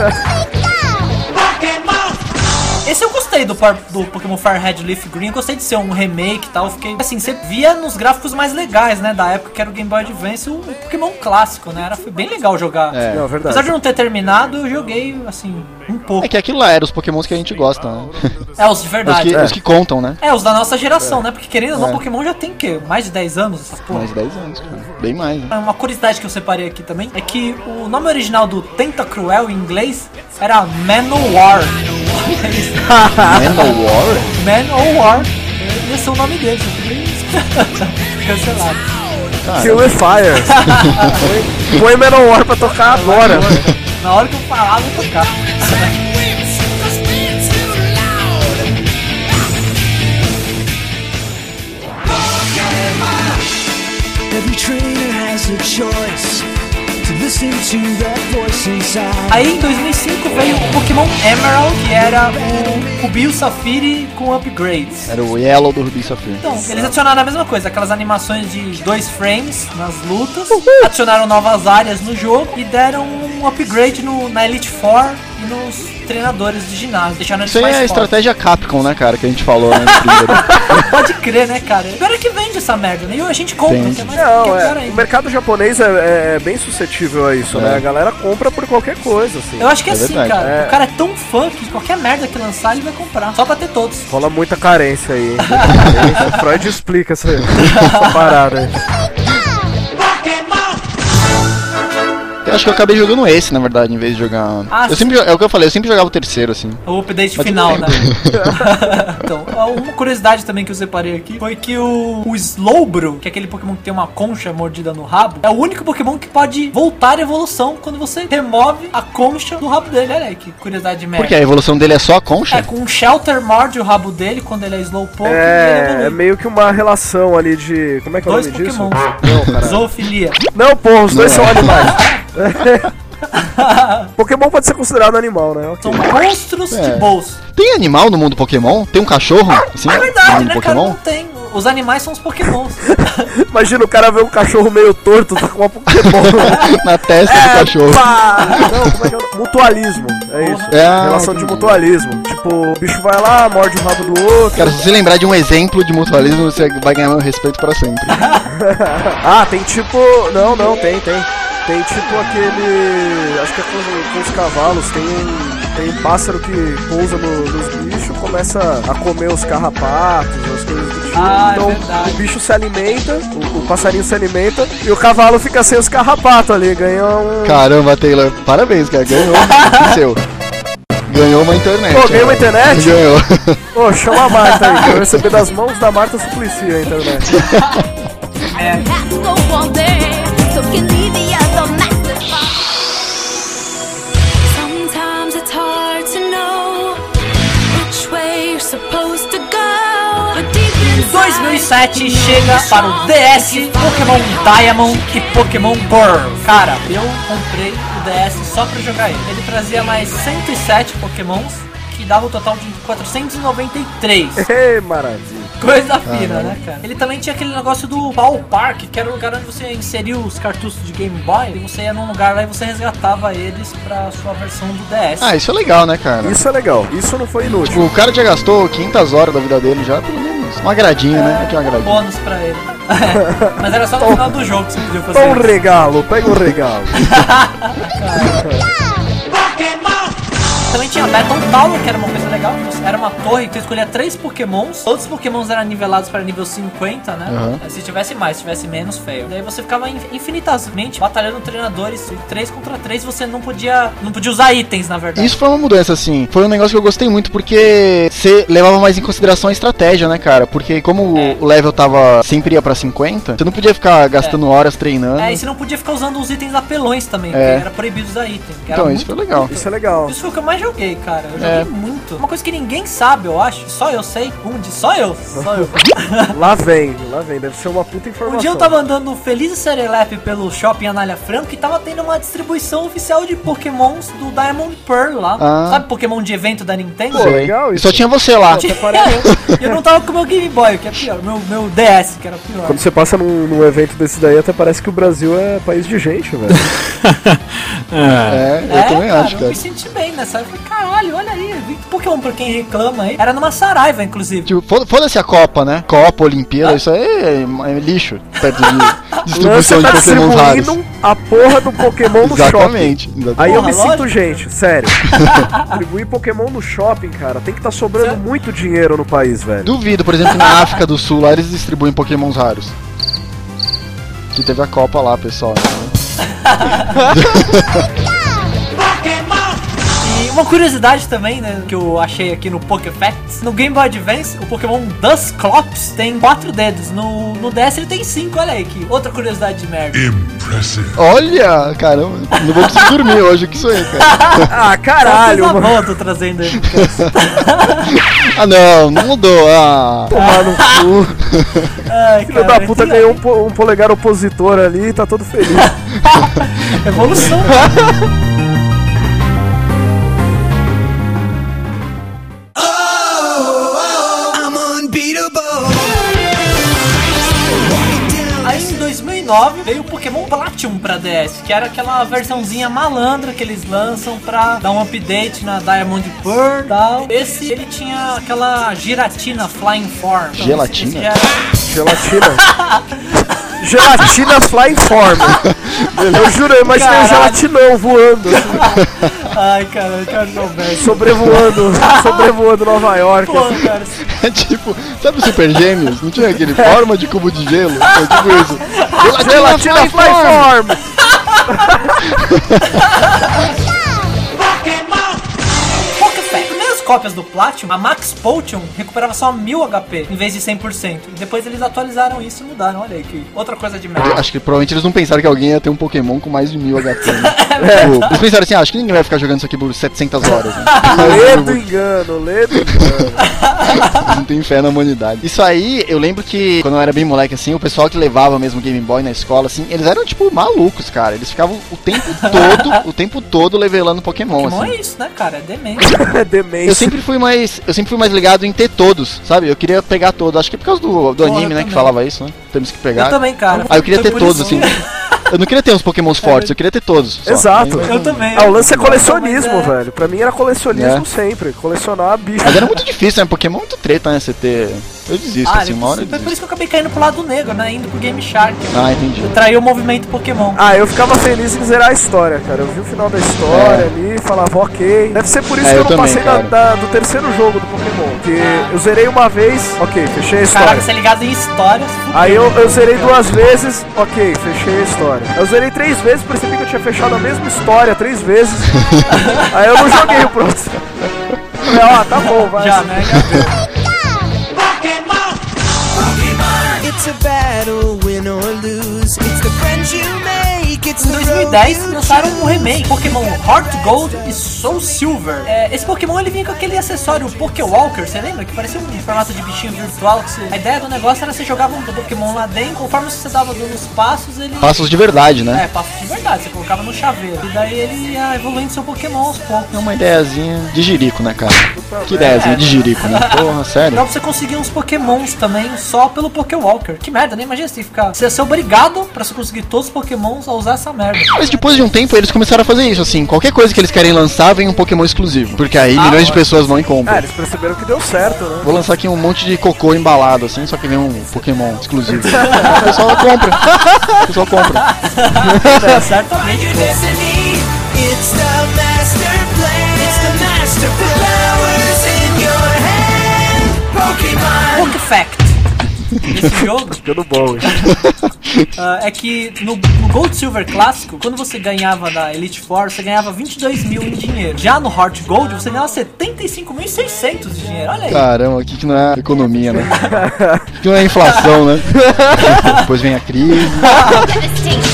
Speaker 1: Esse eu gostei do, par- do Pokémon Fire Red Leaf Green, eu gostei de ser um remake e tal. eu Fiquei assim, você via nos gráficos mais legais, né? Da época que era o Game Boy Advance, o, o Pokémon clássico, né? Era, foi bem legal jogar.
Speaker 2: É.
Speaker 3: Não, é
Speaker 1: Apesar de
Speaker 3: verdade.
Speaker 1: não ter terminado, eu joguei assim, um pouco.
Speaker 2: É que aquilo lá era os Pokémons que a gente gosta, né?
Speaker 1: É, os de
Speaker 2: Os
Speaker 1: verdade.
Speaker 2: que, os que contam, né?
Speaker 1: É, os da nossa geração, né? Porque querendo ou
Speaker 2: É.
Speaker 1: não, Pokémon já tem o quê? Mais de 10 anos, essas porra.
Speaker 2: Mais 10 anos, cara. Bem mais, né?
Speaker 1: Ah, Uma curiosidade que eu separei aqui também é que o nome original do Tentacruel em inglês era Manowar. Olha isso, Ah.
Speaker 2: Manowar?
Speaker 1: Manowar. Esse é o nome dele. eu fiquei- Cancelado.
Speaker 3: Kill with Fire. Põe- Põe Metal War pra tocar agora.
Speaker 1: Na hora que eu falava, eu tocava.
Speaker 5: Every trainer has a choice to listen to that voice inside.
Speaker 1: Aí em 2005 veio o Pokémon Emerald, que era o Rubi e o Safiri com upgrades.
Speaker 2: Era o Yellow do Rubi Safir.
Speaker 1: Então, eles adicionaram a mesma coisa, aquelas animações de dois frames nas lutas, adicionaram novas áreas no jogo e deram um upgrade no, na Elite Four e nos treinadores de ginásio. Deixaram eles
Speaker 2: Isso aí
Speaker 1: mais
Speaker 2: é a
Speaker 1: fortes.
Speaker 2: estratégia Capcom, né, cara? Que a gente falou, né? no primeiro.
Speaker 1: Pode crer, né, cara? Pior é que vende essa merda, né? E a gente compra,
Speaker 2: Vende.
Speaker 1: que é mais que
Speaker 3: Não,
Speaker 1: pior
Speaker 3: é, o
Speaker 1: ainda.
Speaker 3: mercado japonês é, é bem suscetível a isso, né? A galera compra por qualquer coisa, assim.
Speaker 1: Eu acho que é,
Speaker 2: É
Speaker 1: assim,
Speaker 2: verdade.
Speaker 1: cara.
Speaker 3: É.
Speaker 1: O cara é tão fã que qualquer merda que lançar ele vai comprar. Só pra ter todos.
Speaker 3: Rola muita carência aí, hein? Carência. Freud explica essa, essa parada aí.
Speaker 2: Eu acho que eu acabei jogando esse, na verdade, em vez de jogar.
Speaker 1: Ah, É.
Speaker 2: eu sempre, jo- é o que eu falei, eu sempre jogava o terceiro, assim.
Speaker 1: O update
Speaker 2: Mas
Speaker 1: final,
Speaker 2: tudo
Speaker 1: né? então, uma curiosidade também que eu separei aqui foi que o, o Slowbro, que é aquele Pokémon que tem uma concha mordida no rabo, é o único Pokémon que pode voltar à evolução quando você remove a concha do rabo dele. Olha aí, que curiosidade merda.
Speaker 2: Porque a evolução dele é só a
Speaker 1: É,
Speaker 2: concha?
Speaker 1: com um Shelter morde o rabo dele quando ele é Slowpoke e ele
Speaker 3: É, é
Speaker 1: evolui.
Speaker 3: meio que uma relação ali de. Como é que é o
Speaker 1: Dois
Speaker 3: nome disso?
Speaker 1: Pokémon.
Speaker 3: Não, caralho.
Speaker 1: Zoofilia.
Speaker 3: Não, porra, os dois são animais. Pokémon pode ser considerado animal, né? Ok.
Speaker 1: São monstros de
Speaker 2: É.
Speaker 1: bolso.
Speaker 2: Tem animal no mundo Pokémon? Tem um cachorro? Assim,
Speaker 1: É
Speaker 2: no
Speaker 1: verdade,
Speaker 2: mundo
Speaker 1: né, cara?
Speaker 2: Pokémon?
Speaker 1: Não tem. Os animais são os Pokémons.
Speaker 3: Imagina o cara ver um cachorro meio torto, tá com uma Pokémon.
Speaker 2: Na testa
Speaker 1: É,
Speaker 2: do Um cachorro.
Speaker 3: Pá! Não, como é que é? o nome? Mutualismo, é isso.
Speaker 2: É,
Speaker 3: Relação de
Speaker 2: entendi.
Speaker 3: mutualismo. Tipo, o bicho vai lá, morde o rabo do outro.
Speaker 2: Cara, se você lembrar de um exemplo de mutualismo, você vai ganhar meu respeito pra sempre.
Speaker 3: Ah, tem tipo. Não, não, tem, tem. Tem tipo aquele. Acho que é com, com os cavalos, tem um. Tem um pássaro que pousa no- nos bichos, começa a comer os carrapatos, as coisas do tipo.
Speaker 1: Ah, é
Speaker 3: então
Speaker 1: verdade.
Speaker 3: o bicho se alimenta, o, o passarinho se alimenta e o cavalo fica sem os carrapatos ali, ganha um.
Speaker 2: Caramba, Taylor, parabéns, cara. Ganhou. o seu. Ganhou uma internet.
Speaker 3: Pô, ganhou uma
Speaker 2: cara.
Speaker 3: internet?
Speaker 2: Ganhou.
Speaker 3: Ô, chama a Marta aí, que eu recebi das mãos da Marta Suplicy a internet.
Speaker 4: Have to go one day, so can leave the other master. Sometimes it's hard to know which way you're supposed to go. But deep inside,
Speaker 1: 2007 chega para o DS, Pokémon Diamond e Pokémon Pearl. Cara, eu comprei o DS só pra jogar ele. Ele trazia mais 107 Pokémons, que dava um total de 493.
Speaker 3: Ei, maravilha.
Speaker 1: Coisa fina, né, cara? Ele também tinha aquele negócio do ballpark, que era o lugar onde você inseria os cartuchos de Game Boy. E você ia num lugar lá e você resgatava eles pra sua versão do DS.
Speaker 2: Ah, isso é legal, né, cara?
Speaker 3: Isso é legal, isso não foi inútil.
Speaker 2: O cara já gastou 500 horas da vida dele já, pelo menos. Um agradinho, né? Aqui um agradinho.
Speaker 1: bônus pra ele. Mas era só no final do jogo que você podia fazer
Speaker 3: Toma um
Speaker 1: isso.
Speaker 3: regalo, pega um regalo.
Speaker 1: Também tinha Battle Tower, que era uma coisa legal. que você- Era uma torre que tu escolhia três pokémons. Todos os pokémons eram nivelados para nível 50, né?
Speaker 2: Uhum.
Speaker 1: Se tivesse mais, se tivesse menos, feio. Daí você ficava in- infinitamente batalhando treinadores. E 3 contra 3 você não podia não podia usar itens, na verdade.
Speaker 2: Isso foi uma mudança, assim. Foi um negócio que eu gostei muito, porque você levava mais em consideração a estratégia, né, cara? Porque como
Speaker 1: É.
Speaker 2: o level tava sempre ia pra 50, você não podia ficar gastando horas treinando.
Speaker 1: É, e você não podia ficar usando os itens apelões também,
Speaker 2: né? É.
Speaker 1: porque era proibido usar item. que era
Speaker 2: então,
Speaker 1: muito
Speaker 2: isso foi legal.
Speaker 3: Isso é legal.
Speaker 1: Isso foi o que eu mais joguei, cara. Eu joguei
Speaker 2: É.
Speaker 1: muito. Uma coisa que ninguém sabe, eu acho. Só eu sei. Um dia. Só eu. Só eu.
Speaker 3: Lá vem, lá vem, deve ser uma puta
Speaker 1: Um
Speaker 3: informação.
Speaker 1: dia eu tava andando feliz e serelepe pelo shopping Anália Franco e tava tendo uma distribuição oficial de pokémons do Diamond Pearl lá.
Speaker 2: Ah.
Speaker 1: Sabe pokémon de evento da Nintendo?
Speaker 3: Pô,
Speaker 2: Sei.
Speaker 3: legal
Speaker 2: E
Speaker 3: isso.
Speaker 2: Só tinha você lá.
Speaker 3: Até parece-
Speaker 1: eu não tava com meu Game Boy, o que é pior. Meu, meu DS, que era pior.
Speaker 3: Quando você passa num, num evento desse daí, até parece que o Brasil é país de gente, velho.
Speaker 2: É, eu também
Speaker 1: cara,
Speaker 2: acho,
Speaker 1: eu
Speaker 2: cara.
Speaker 1: me senti bem nessa. Eu falei, caralho, olha aí, evento Pokémon pra quem reclama aí. Era numa Saraiva, inclusive.
Speaker 2: Tipo, foda- foda-se a Copa, né? Copa,
Speaker 3: Ah.
Speaker 2: Olimpíada, isso aí é, é lixo. Perto de distribuição
Speaker 3: Você
Speaker 2: Tipo, de
Speaker 3: tá
Speaker 2: Pokémon raros.
Speaker 3: distribuindo a porra do Pokémon no shopping.
Speaker 2: Exatamente.
Speaker 3: Aí eu me
Speaker 1: Porra,
Speaker 3: sinto
Speaker 1: lógico.
Speaker 3: gente, sério. Distribuir Pokémon no shopping, cara, tem que tá sobrando
Speaker 1: Certo.
Speaker 3: muito dinheiro no país, velho.
Speaker 2: Duvido, por exemplo, na África do Sul, lá eles distribuem pokémons raros. Que teve a Copa lá, pessoal.
Speaker 1: E uma curiosidade também, né, que eu achei aqui no Pokéfacts. No Game Boy Advance, o Pokémon Dusclops tem quatro dedos. No, no DS ele tem cinco, olha aí que outra curiosidade de merda.
Speaker 2: Olha, caramba, não vou conseguir dormir hoje, que isso aí, cara.
Speaker 3: Ah,
Speaker 1: Caralho,
Speaker 3: caralho,
Speaker 1: coisa
Speaker 3: mano.
Speaker 1: Tá boa eu tô trazendo aí.
Speaker 2: Ah não, não mudou. Ah,
Speaker 3: Tomar no cu.
Speaker 1: Ai,
Speaker 3: Filho da
Speaker 1: cara,
Speaker 3: puta
Speaker 1: que
Speaker 3: ganhou um, po- um polegar opositor ali e tá todo feliz.
Speaker 1: Evolução.
Speaker 5: I'm unbeatable.
Speaker 1: Aí em 2009 veio o Pokémon Platinum pra DS, que era aquela versãozinha malandra que eles lançam pra dar um update na Diamond Pearl e tal. Esse ele tinha aquela giratina Flying Form. Então,
Speaker 2: Gelatina?
Speaker 1: esse- esse era-
Speaker 3: Gelatina. Gelatina Flying Form. Eu juro, eu imaginei um
Speaker 1: Caralho.
Speaker 3: gelatinão voando, assim.
Speaker 1: Ai, cara, eu quero jogar isso.
Speaker 3: sobrevoando, sobrevoando Nova York. assim.
Speaker 1: Pô, cara,
Speaker 2: é tipo, sabe o Super Gêmeos? Não tinha aquele forma de cubo de gelo? É tipo isso. Gelatina,
Speaker 3: Gelatina Flying Form.
Speaker 1: Pokéfé. Primeiras cópias do Platinum, a Max Potion recuperava só 1000 HP em vez de 100%. E depois eles atualizaram isso e mudaram. Olha aí que outra coisa de merda.
Speaker 2: Acho que provavelmente eles não pensaram que alguém ia ter um Pokémon com mais de mil HP. Né? Tipo, eles pensaram assim, ah, acho que ninguém vai ficar jogando isso aqui por 700 horas. Né?
Speaker 3: Ledo engano, ledo engano.
Speaker 2: Não tem fé na humanidade. Isso aí, eu lembro que quando eu era bem moleque assim, o pessoal que levava mesmo Game Boy na escola, assim, eles eram tipo malucos, cara. Eles ficavam o tempo todo, o tempo todo levelando Pokémon,
Speaker 1: Pokémon
Speaker 2: assim.
Speaker 1: é isso, né, cara? É demente.
Speaker 3: É
Speaker 2: Eu
Speaker 3: demência.
Speaker 2: sempre fui mais. Eu sempre fui mais ligado em ter todos, sabe? Eu queria pegar todos. Acho que é por causa do, do
Speaker 1: Porra,
Speaker 2: anime, né?
Speaker 1: também.
Speaker 2: Que falava isso, né? Temos que
Speaker 1: Eu
Speaker 2: pegar.
Speaker 1: também, cara.
Speaker 2: Ah, eu queria
Speaker 1: Foi
Speaker 2: ter
Speaker 1: por
Speaker 2: todos,
Speaker 1: isso-
Speaker 2: assim. Eu não queria ter uns Pokémons fortes, eu queria ter todos. só.
Speaker 3: Exato.
Speaker 1: Eu também.
Speaker 3: Ah, o lance é
Speaker 1: Não,
Speaker 3: colecionismo,
Speaker 1: mas é-
Speaker 3: velho. Pra mim era colecionismo
Speaker 2: É.
Speaker 3: sempre. Colecionar bicho.
Speaker 2: Mas era muito difícil, né? Pokémon é muito treta, né? Você ter. Eu desisto,
Speaker 1: Ah,
Speaker 2: assim,
Speaker 1: ele-
Speaker 2: uma hora eu
Speaker 1: foi por
Speaker 2: desisto.
Speaker 1: isso que eu acabei caindo pro lado negro, né? Indo pro Game Shark.
Speaker 2: Ah, entendi.
Speaker 1: Eu traí o movimento Pokémon.
Speaker 3: Ah, eu ficava feliz em zerar a história, cara. Eu vi o final da história
Speaker 2: É.
Speaker 3: ali, falava ok. Deve ser por isso
Speaker 2: É,
Speaker 3: que eu
Speaker 2: eu
Speaker 3: não
Speaker 2: também,
Speaker 3: passei da,
Speaker 2: cara.
Speaker 3: da- do terceiro jogo do Pokémon. Que eu zerei uma vez, ok, fechei
Speaker 1: Caraca,
Speaker 3: a história.
Speaker 1: você é ligado em histórias. fudeu.
Speaker 3: Aí eu, eu zerei duas vezes, ok, fechei a história. Eu zerei três vezes, percebi que eu tinha fechado a mesma história três vezes. Aí eu não joguei o próximo. Falei, ó, tá bom, vai.
Speaker 1: Já, né? Já deu.
Speaker 5: It's a battle, win or lose. It's the friends you make. It's
Speaker 1: Em
Speaker 5: the road
Speaker 1: 2010
Speaker 5: you
Speaker 1: lançaram um
Speaker 5: choose.
Speaker 1: remake, Pokémon Heart Gold e Soul Silver. É, esse Pokémon ele vinha com aquele acessório Pokéwalker, você lembra? Que parecia um formato de bichinho virtual. que você- A ideia do negócio era você jogava um Pokémon lá dentro, conforme você dava dando os passos, ele.
Speaker 2: Passos de verdade, né?
Speaker 1: É, passos de verdade, você colocava no chaveiro. E daí ele ia evoluindo seu Pokémon aos poucos.
Speaker 2: É uma ideiazinha de jirico, né, cara? Que ideiazinha de jirico, né? Porra,
Speaker 1: Dá
Speaker 2: sério.
Speaker 1: pra você conseguir uns pokémons também é só pelo Pokéwalker. Que merda, né? Imagina você ficar. Você ia ser obrigado pra você conseguir todos os pokémons a usar essa merda.
Speaker 10: merda.
Speaker 2: Mas depois de um tempo eles começaram a fazer isso, assim, qualquer coisa que eles querem lançar vem um Pokémon exclusivo. Porque aí milhões de pessoas vão e
Speaker 3: Ah,
Speaker 1: É.
Speaker 2: compram.
Speaker 3: eles perceberam que deu certo, né?
Speaker 2: Vou lançar aqui um monte de cocô embalado, assim, só que vem um Pokémon exclusivo. o pessoal compra. O pessoal compra. É.
Speaker 1: Certamente.
Speaker 5: Your destiny, it's the master plan. It's the master plan. Flowers in your hand. Pokemon.
Speaker 1: Book Fact. Esse jogo
Speaker 3: Tudo bom, hein?
Speaker 1: ah, é que no, no Gold Silver Clássico, quando você ganhava na Elite Four, você ganhava 22 mil em dinheiro. Já no Heart Gold, você ganhava 75.600 de dinheiro. Olha aí.
Speaker 2: Caramba, aqui que não é economia, né? Aqui não é inflação, né? Depois vem a crise.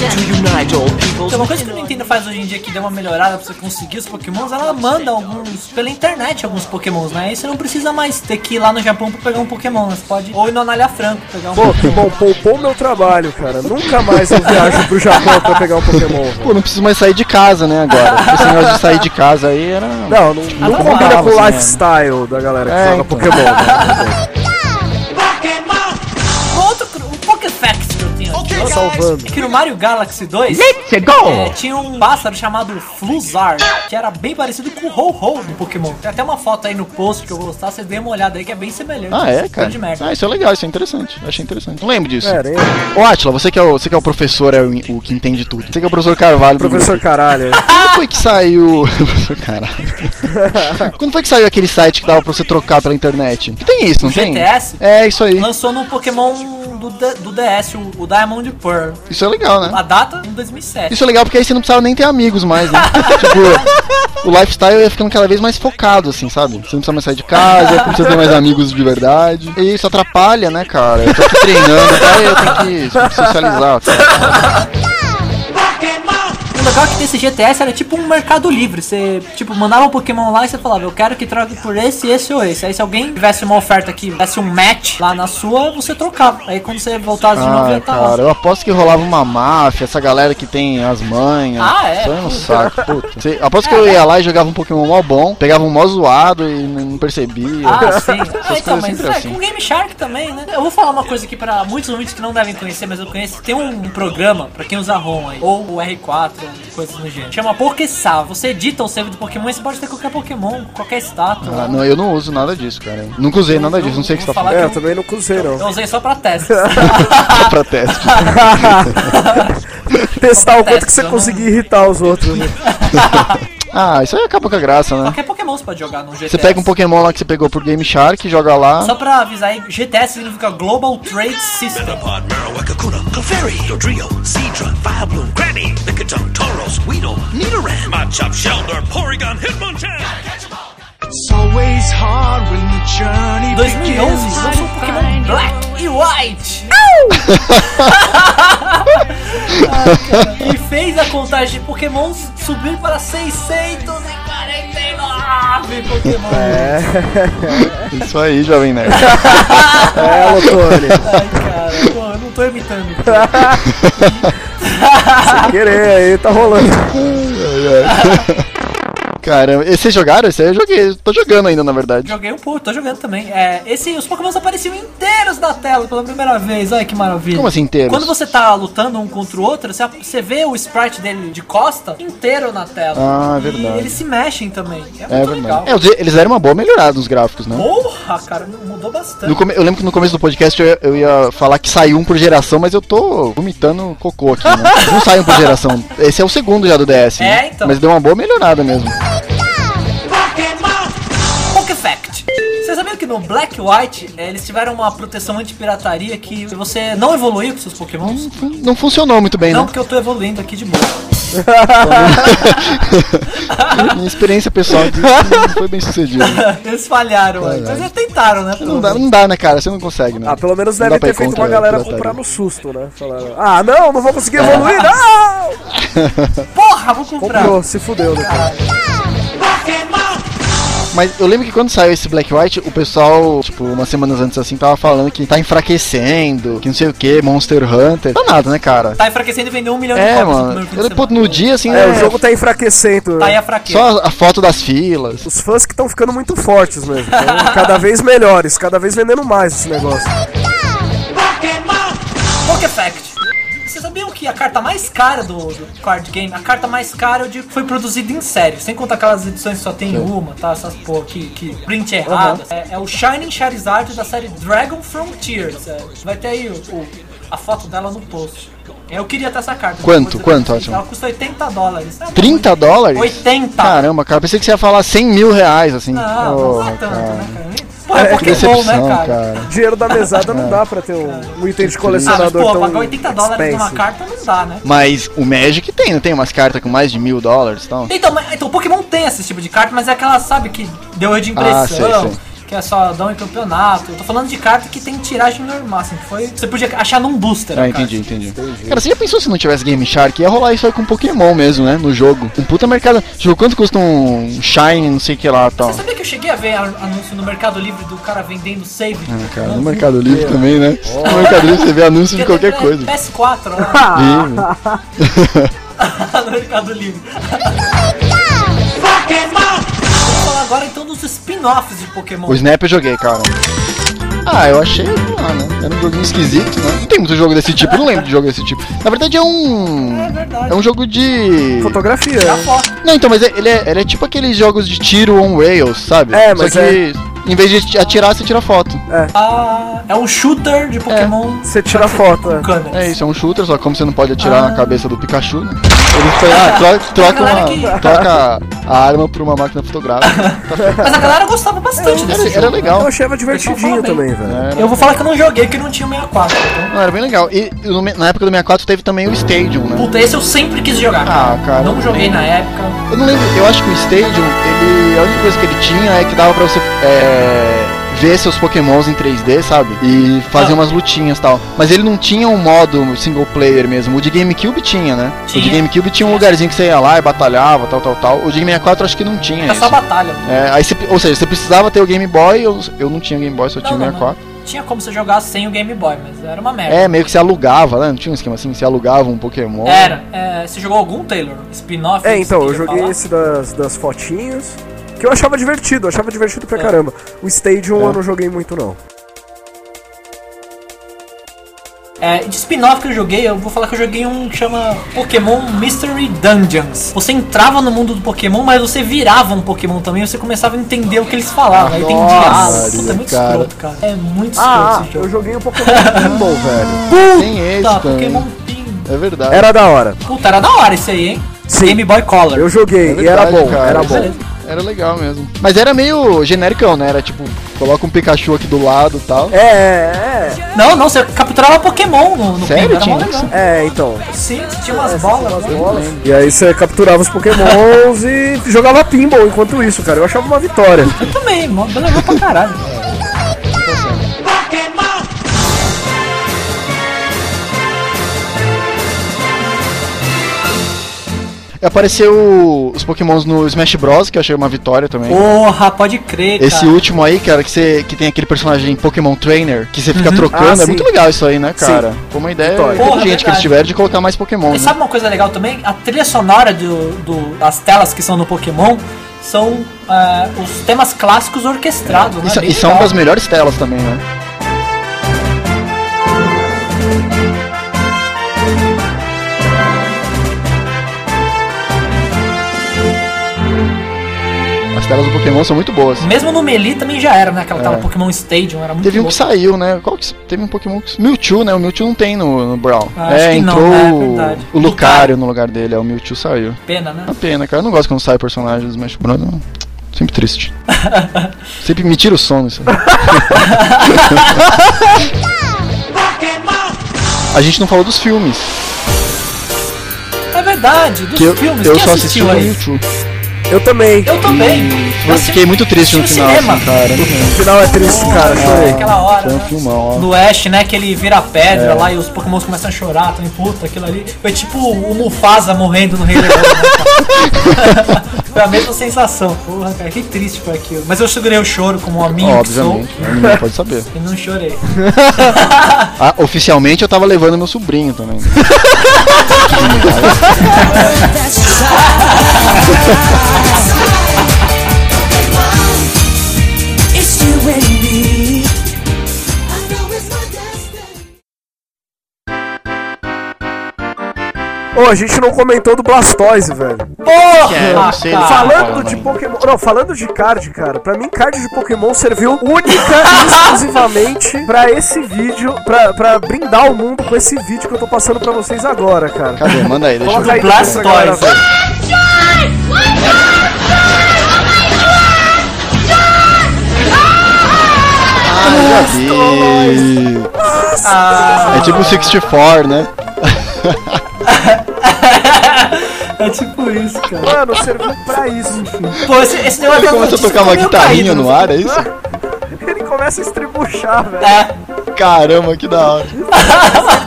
Speaker 1: Então, uma coisa que a Nintendo faz hoje em dia que deu uma melhorada pra você conseguir os pokémons, ela manda alguns pela internet alguns pokémons, né? Aí você não precisa mais ter que ir lá no Japão pra pegar um pokémon, né? Você pode ou ir no Anália Franco pegar um
Speaker 3: Pô,
Speaker 1: pokémon.
Speaker 3: que bom, poupou meu trabalho, cara. Nunca mais eu viajo pro Japão pra pegar um Pokémon. velho.
Speaker 2: Pô, não preciso mais sair de casa, né, agora. Porque Esse negócio de sair de casa aí era...
Speaker 3: Não, não, não
Speaker 2: não
Speaker 3: combina
Speaker 2: rolava,
Speaker 3: com
Speaker 2: assim,
Speaker 3: o
Speaker 2: né?
Speaker 3: lifestyle da galera que
Speaker 2: É,
Speaker 3: joga
Speaker 2: então.
Speaker 3: Pokémon. né?
Speaker 1: Outro, cru- um Pokéfax que eu tenho aqui.
Speaker 3: Tá salvando.
Speaker 1: É que no Mario Galaxy 2 é, tinha um pássaro chamado Fluzar, que era bem parecido com o Ho-Ho do Pokémon. Tem até uma foto aí no post que eu vou postar, vocês dêem uma olhada aí que é bem semelhante.
Speaker 2: Ah, é, cara?
Speaker 1: Grande merda.
Speaker 2: Ah, isso é legal, isso é interessante. Eu achei interessante. Não lembro disso.
Speaker 3: Tá Pera aí.
Speaker 2: Ô, Atila, você que é o, você que é o professor, é o, o que entende tudo. Você que é o professor Carvalho. do
Speaker 3: Professor
Speaker 2: grupo.
Speaker 3: Caralho.
Speaker 2: Quando foi que saiu... professor Carvalho. Quando foi que saiu aquele site que dava pra você trocar pela internet? Que tem isso, não tem?
Speaker 1: GTS?
Speaker 2: É, isso aí.
Speaker 1: Lançou no Pokémon do, D- do DS, o, o Diamond Pearl.
Speaker 2: Isso é legal, né?
Speaker 1: A data em 2007.
Speaker 2: Isso é legal porque aí você não precisava nem ter amigos mais, né? tipo, o lifestyle ia ficando cada vez mais focado, assim, sabe? Você não precisa mais sair de casa, não precisa ter mais amigos de verdade. E isso atrapalha, né, cara? Eu tô aqui treinando, tá? eu tenho que socializar. tá? Cara.
Speaker 1: O legal é que desse GTS era tipo um mercado livre. Você, tipo, mandava um Pokémon lá e você falava, eu quero que troque por esse, esse ou esse. Aí se alguém tivesse uma oferta que desse um match lá na sua, você trocava. Aí quando você voltasse de novo, já
Speaker 2: Ah,
Speaker 1: tava.
Speaker 2: cara, eu aposto que rolava uma máfia, essa galera que tem as manhas.
Speaker 1: Ah, é?
Speaker 2: Isso é um saco, puta. Você- aposto que eu ia lá e jogava um Pokémon mó bom, pegava um mó zoado e n- não percebia.
Speaker 1: Ah, sim. Ah,
Speaker 2: Essas
Speaker 1: então,
Speaker 2: coisas
Speaker 1: mas
Speaker 2: sempre
Speaker 1: é,
Speaker 2: assim.
Speaker 1: com Game Shark também, né? Eu vou falar uma coisa aqui pra muitos ouvintes que não devem conhecer, mas eu conheço. Tem um programa pra quem usa ROM aí, ou o R4, ou coisas no gênero. Chama PokéSav. Você edita o save do Pokémon e você pode ter qualquer Pokémon, qualquer estátua.
Speaker 2: Ah, não, eu não uso nada disso, cara. Nunca usei nada disso, não sei o que você tá falando.
Speaker 3: É, eu também não cruzei,
Speaker 1: Eu
Speaker 3: não.
Speaker 1: usei só pra testes.
Speaker 2: Só pra teste.
Speaker 3: Testar o quanto que
Speaker 1: Acontece,
Speaker 3: você
Speaker 1: né?
Speaker 3: conseguir irritar os outros, né?
Speaker 2: Ah, isso aí acaba com a graça, né?
Speaker 1: Qualquer Pokémon você pode jogar no GTS.
Speaker 2: Você pega um Pokémon lá que você pegou por Game Shark, joga lá.
Speaker 1: Só pra avisar aí, GTS significa Global Trade System.
Speaker 11: Pod, Marowaka, Kuna, Clefairy, Dodrio, Seedra, Firebloom, Granny, Lickitung, Tauros, Weedle, Nidoran, Machop, Sheldor, Porygon, Hitmonchan!
Speaker 1: 2011 lançou o Pokémon um Black e White. Ai, cara. e fez a contagem de Pokémons subir para 649 Pokémon.
Speaker 2: É. Isso aí, jovem nerd.
Speaker 3: É, Lotone.
Speaker 1: Ai, cara, pô, eu não tô imitando.
Speaker 3: Sem querer, aí tá rolando.
Speaker 2: Caramba, e vocês jogaram? Esse aí eu joguei. Tô jogando ainda, na verdade.
Speaker 1: Joguei um pouco, tô jogando também. É, esse, os Pokémons apareciam inteiros na tela pela primeira vez. Olha que maravilha.
Speaker 2: Como assim inteiros?
Speaker 1: Quando você tá lutando um contra o outro, você, você vê o sprite dele de costa inteiro na tela.
Speaker 2: Ah, é
Speaker 1: E
Speaker 2: verdade.
Speaker 1: eles se mexem também. É muito
Speaker 2: É
Speaker 1: legal.
Speaker 2: verdade. É, os- eles deram uma boa melhorada nos gráficos, né?
Speaker 1: Porra, cara, mudou bastante.
Speaker 2: No come- Eu lembro que no começo do podcast eu, eu ia falar que saiu um por geração, mas eu tô vomitando cocô aqui, né? Não sai um por geração. Esse é o segundo já do DS. né?
Speaker 1: É, então.
Speaker 2: Mas deu uma boa melhorada mesmo.
Speaker 1: Poké Fact. Você sabia que no Black White eh, eles tiveram uma proteção anti-pirataria que se você não evoluir com seus pokémons...
Speaker 2: Fun- Não funcionou muito bem,
Speaker 1: Não,
Speaker 2: né?
Speaker 1: porque eu tô evoluindo aqui de boa.
Speaker 2: Minha experiência pessoal disso não foi bem sucedida.
Speaker 1: Eles falharam, aí. mas eles tentaram, né?
Speaker 2: Não dá, não dá, né, cara? Você não consegue, né?
Speaker 3: Ah, pelo menos
Speaker 2: Não
Speaker 3: deve
Speaker 2: dá pra
Speaker 3: ter
Speaker 2: ir
Speaker 3: feito
Speaker 2: contra
Speaker 3: uma
Speaker 2: a
Speaker 3: galera
Speaker 2: pirataria.
Speaker 3: comprar no susto, né? Falaram, ah, não, não vou conseguir evoluir, não!
Speaker 1: Porra, vou comprar.
Speaker 3: Comprou, se fudeu, né? cara?
Speaker 2: Mas eu lembro que quando saiu esse Black White, o pessoal, tipo, umas semanas antes assim, tava falando que tá enfraquecendo, que não sei o que, Monster Hunter. Tá nada, né, cara?
Speaker 1: Tá enfraquecendo e vendeu um milhão de
Speaker 2: É,
Speaker 1: cópias
Speaker 2: mano.
Speaker 1: primeiro fim de
Speaker 2: Eu, pô,
Speaker 1: semana.
Speaker 2: no dia, assim,
Speaker 3: É,
Speaker 2: é,
Speaker 3: o jogo tá enfraquecendo.
Speaker 1: Tá aí
Speaker 3: né?
Speaker 1: a fraqueza.
Speaker 2: só a foto das filas.
Speaker 3: Os fãs que estão ficando muito fortes mesmo. Tão cada vez melhores, cada vez vendendo mais esse negócio.
Speaker 1: Poké Fact. Você sabe sabiam que a carta mais cara do, do card game, a carta mais cara, eu digo, foi produzida em série. Sem contar aquelas edições que só tem uma, tá? Essas porra que, que print errada. É, é o Shining Charizard da série Dragon Frontiers. é. Vai ter aí o- o- a foto dela no post. Eu queria ter essa carta.
Speaker 2: Quanto? Quanto, ótimo?
Speaker 1: Ela custa 80 dólares. É
Speaker 2: 30 dólares?
Speaker 1: 80.
Speaker 2: Caramba, cara, pensei que você ia falar 100 mil reais, assim.
Speaker 1: Não, não é
Speaker 2: Porra,
Speaker 1: tanto,
Speaker 2: cara.
Speaker 1: né, cara? Pô, é
Speaker 2: Que
Speaker 1: Pokémon, né,
Speaker 2: decepção,
Speaker 1: cara?
Speaker 2: cara.
Speaker 3: Dinheiro da mesada não dá pra ter um, um item de
Speaker 1: Ah, mas
Speaker 3: colecionador
Speaker 1: pô,
Speaker 3: tão
Speaker 1: pagar 80 dólares numa
Speaker 3: expensive.
Speaker 1: carta não dá, né?
Speaker 2: Mas o Magic tem, não tem umas cartas com mais de mil dólares e tal?
Speaker 1: Então, mas- então, o Pokémon tem esse tipo de carta, mas é aquela, sabe, que deu erro de impressão.
Speaker 2: Ah, sei, sei.
Speaker 1: Que é só dar um campeonato. Eu tô falando de carta que tem tiragem normal, assim, que foi. Você podia achar num booster.
Speaker 2: Ah,
Speaker 1: cara.
Speaker 2: entendi, entendi. Cara, você já pensou se não tivesse Game Shark? Ia rolar isso aí com Pokémon mesmo, né? No jogo. Um puta mercado. Tipo, quanto custa um Shine, não sei o que lá tal?
Speaker 1: Você sabia que eu cheguei a ver an- anúncio no Mercado Livre do cara vendendo save?
Speaker 2: Ah, Cara, no Mercado Livre também, né? No Mercado Livre você vê anúncio de qualquer coisa.
Speaker 1: PS4, ó,
Speaker 2: Sim.
Speaker 1: no Mercado Livre. Vamos falar agora então dos spin-offs de Pokémon.
Speaker 2: O Snap eu joguei, cara. Ah, eu achei, sei lá, né? Era um joguinho esquisito, né? Não tem muito jogo desse tipo, eu não lembro de jogo desse tipo. Na verdade é um.
Speaker 1: É verdade. tá
Speaker 2: É um jogo de.
Speaker 3: Fotografia.
Speaker 1: Da
Speaker 3: né?
Speaker 1: foto.
Speaker 2: Não, então, mas ele é, ele é tipo aqueles jogos de tiro on rails, sabe?
Speaker 3: É, mas
Speaker 2: Só que em vez de atirar, você tira foto.
Speaker 1: Ah, é um shooter de Pokémon
Speaker 3: Você tira foto, né?
Speaker 1: com câmeras.
Speaker 2: É isso, é um shooter, só que como você não pode atirar na cabeça do Pikachu, né? Ele foi, ah, tro- troca,
Speaker 1: Galera
Speaker 2: uma-
Speaker 1: que-
Speaker 2: troca a arma por uma máquina fotográfica.
Speaker 1: Mas a galera gostava bastante desse
Speaker 2: Era,
Speaker 1: jogo.
Speaker 2: era legal.
Speaker 3: Eu achava divertidinho
Speaker 1: Pessoal fala
Speaker 3: também, velho.
Speaker 1: Eu vou falar que eu não joguei que não tinha o 64. Então.
Speaker 2: Não, era bem legal. E no me- na época do 64 teve também o Stadium, né?
Speaker 1: Puta, esse eu sempre quis jogar.
Speaker 2: Ah, cara,
Speaker 1: Não
Speaker 2: eu
Speaker 1: joguei
Speaker 2: lembro.
Speaker 1: na época.
Speaker 2: Eu não lembro, eu acho que o Stadium, ele, a única coisa que ele tinha é que dava pra você é, ver seus pokémons em 3D, sabe? E fazer
Speaker 1: Ah.
Speaker 2: umas lutinhas e tal. Mas ele não tinha um modo single player mesmo. O de GameCube tinha, né? O de
Speaker 1: Tinha.
Speaker 2: GameCube tinha um lugarzinho que você ia lá e batalhava, tal, tal, tal. O de 64 acho que não tinha
Speaker 1: Era
Speaker 2: isso.
Speaker 1: só batalha.
Speaker 2: É, aí você, ou seja, você precisava ter o Game Boy, eu, eu não tinha Game Boy, só tinha o
Speaker 1: não,
Speaker 2: 64.
Speaker 1: Tinha como você jogar sem o Game Boy, mas era uma merda.
Speaker 2: É, meio que você alugava, né? Não tinha um esquema assim, você alugava um Pokémon.
Speaker 1: Era. É, você jogou algum, Taylor? Spin-off?
Speaker 3: É, então,
Speaker 1: você
Speaker 3: eu
Speaker 1: queria
Speaker 3: joguei
Speaker 1: falar?
Speaker 3: esse das, das fotinhas, que eu achava divertido, eu achava divertido pra caramba. O Stadium eu não joguei muito, não.
Speaker 1: É, de spin-off que eu joguei, eu vou falar que eu joguei um que chama Pokémon Mystery Dungeons. Você entrava no mundo do Pokémon, mas você virava um Pokémon também, você começava a entender o que eles falavam. Aí tem
Speaker 3: Nossa,
Speaker 1: diálogo. Puta, é muito
Speaker 2: cara.
Speaker 1: escroto, cara. É muito
Speaker 3: Ah,
Speaker 2: então.
Speaker 1: escroto esse
Speaker 3: eu
Speaker 1: jogo.
Speaker 3: joguei o Pokémon Pinball, velho.
Speaker 2: Tem esse
Speaker 1: Tá,
Speaker 2: também.
Speaker 1: Pokémon Pin.
Speaker 2: É verdade.
Speaker 3: Era da hora.
Speaker 1: Puta, era da hora isso aí, hein?
Speaker 3: Sim.
Speaker 1: Game Boy Color.
Speaker 3: Eu joguei,
Speaker 2: É
Speaker 3: e era
Speaker 2: verdade,
Speaker 3: bom,
Speaker 2: cara.
Speaker 3: era
Speaker 2: Isso
Speaker 3: bom.
Speaker 1: Beleza.
Speaker 2: Era legal mesmo. Mas era meio genericão, né? Era tipo, coloca um Pikachu aqui do lado e tal.
Speaker 3: É, é,
Speaker 1: Não, não, você capturava Pokémon no, no
Speaker 2: Sério,
Speaker 1: Pin, era mó
Speaker 2: tinha
Speaker 1: legal.
Speaker 3: é, então.
Speaker 1: Sim, você tinha umas bolas. né?
Speaker 3: E aí você capturava os pokémons e jogava pinball enquanto isso, cara. Eu achava uma vitória.
Speaker 1: Eu também, mó legal pra caralho.
Speaker 2: Apareceu os pokémons no Smash Bros, que eu achei uma vitória também.
Speaker 1: Porra, pode crer, cara.
Speaker 2: Esse último aí, cara, que, você, que tem aquele personagem Pokémon Trainer, que você fica trocando.
Speaker 3: Ah,
Speaker 2: é
Speaker 3: sim.
Speaker 2: muito legal isso aí, né, cara?
Speaker 3: Sim.
Speaker 2: Foi uma ideia
Speaker 3: Vitória.
Speaker 2: inteligente
Speaker 1: Porra,
Speaker 2: que eles
Speaker 1: verdade.
Speaker 2: tiveram de colocar mais Pokémon. né?
Speaker 1: E sabe uma coisa legal também? A trilha sonora do, do- das telas que são no Pokémon são ah, os temas clássicos orquestrados, né?
Speaker 2: E, sa-
Speaker 1: Bem
Speaker 2: e são é uma
Speaker 1: legal.
Speaker 2: das melhores telas também, né? As telas do Pokémon são muito boas.
Speaker 1: Mesmo no Melee também já era, né? Aquela tela Pokémon Stadium, era muito
Speaker 2: É. Teve um
Speaker 1: louco.
Speaker 2: que saiu, né? Qual que sa- teve um Pokémon que. Mewtwo, né? O Mewtwo não tem no, no Brawl.
Speaker 1: Ah, acho
Speaker 2: é,
Speaker 1: que não,
Speaker 2: entrou
Speaker 1: né?
Speaker 2: o-
Speaker 1: Verdade.
Speaker 2: o Lucario no lugar dele, é, o Mewtwo saiu.
Speaker 1: Pena, né?
Speaker 2: Uma pena, cara. Eu não gosto quando sai personagem dos Smash Bros. não. Sempre triste. Sempre me tira o sono isso. aí. A gente não falou dos filmes.
Speaker 1: É verdade, dos
Speaker 2: Que eu,
Speaker 1: filmes,
Speaker 2: eu
Speaker 1: quem
Speaker 2: só assisti
Speaker 1: assistiu
Speaker 2: no
Speaker 1: aí?
Speaker 2: YouTube.
Speaker 3: Eu também.
Speaker 1: Eu também.
Speaker 2: Eu fiquei muito triste no
Speaker 1: assisti
Speaker 2: final,
Speaker 1: cinema.
Speaker 2: assim, cara.
Speaker 3: O final é triste, cara. Chorei.
Speaker 1: Aquela hora,
Speaker 2: Foi um É.
Speaker 1: né?
Speaker 2: filmão, ó.
Speaker 1: No Ash, né, que ele vira pedra lá e os pokémons começam a chorar, também, puta, aquilo ali. Foi tipo o Mufasa morrendo no Rei Leão. né, cara? foi a mesma sensação. Porra, cara, que triste foi aquilo. Mas eu segurei o choro como um amigo que sou
Speaker 2: Obviamente, né? ninguém pode saber.
Speaker 1: e não chorei.
Speaker 2: Ah, oficialmente eu tava levando meu sobrinho também.
Speaker 12: It's you and me. I know it's my destiny.
Speaker 3: Ô, a gente não comentou do Blastoise, velho.
Speaker 2: Que é, eu não sei. ele
Speaker 3: falando
Speaker 2: fala
Speaker 3: de
Speaker 2: ainda.
Speaker 3: Pokémon. Não, falando de card, cara. Pra mim, card de Pokémon serviu única e exclusivamente pra esse vídeo. Pra, pra brindar o mundo com esse vídeo que eu tô passando pra vocês agora, cara.
Speaker 2: Cadê? Manda aí, deixa eu
Speaker 3: Coloca
Speaker 2: ver.
Speaker 3: aí depois pra galera
Speaker 1: Blastoise.
Speaker 3: ver.
Speaker 2: Ah, já vi. É tipo o 64, né?
Speaker 1: É tipo isso, cara.
Speaker 3: Mano, serviu pra isso.
Speaker 1: Pô, esse, esse negócio
Speaker 2: Ele
Speaker 1: é
Speaker 2: começa a
Speaker 1: notícia
Speaker 2: tocar uma
Speaker 1: meio
Speaker 2: guitarrinha
Speaker 1: caído,
Speaker 2: no
Speaker 1: né?
Speaker 2: ar, é isso?
Speaker 3: Ele começa a estribuchar, velho.
Speaker 1: É.
Speaker 2: Caramba, que da hora.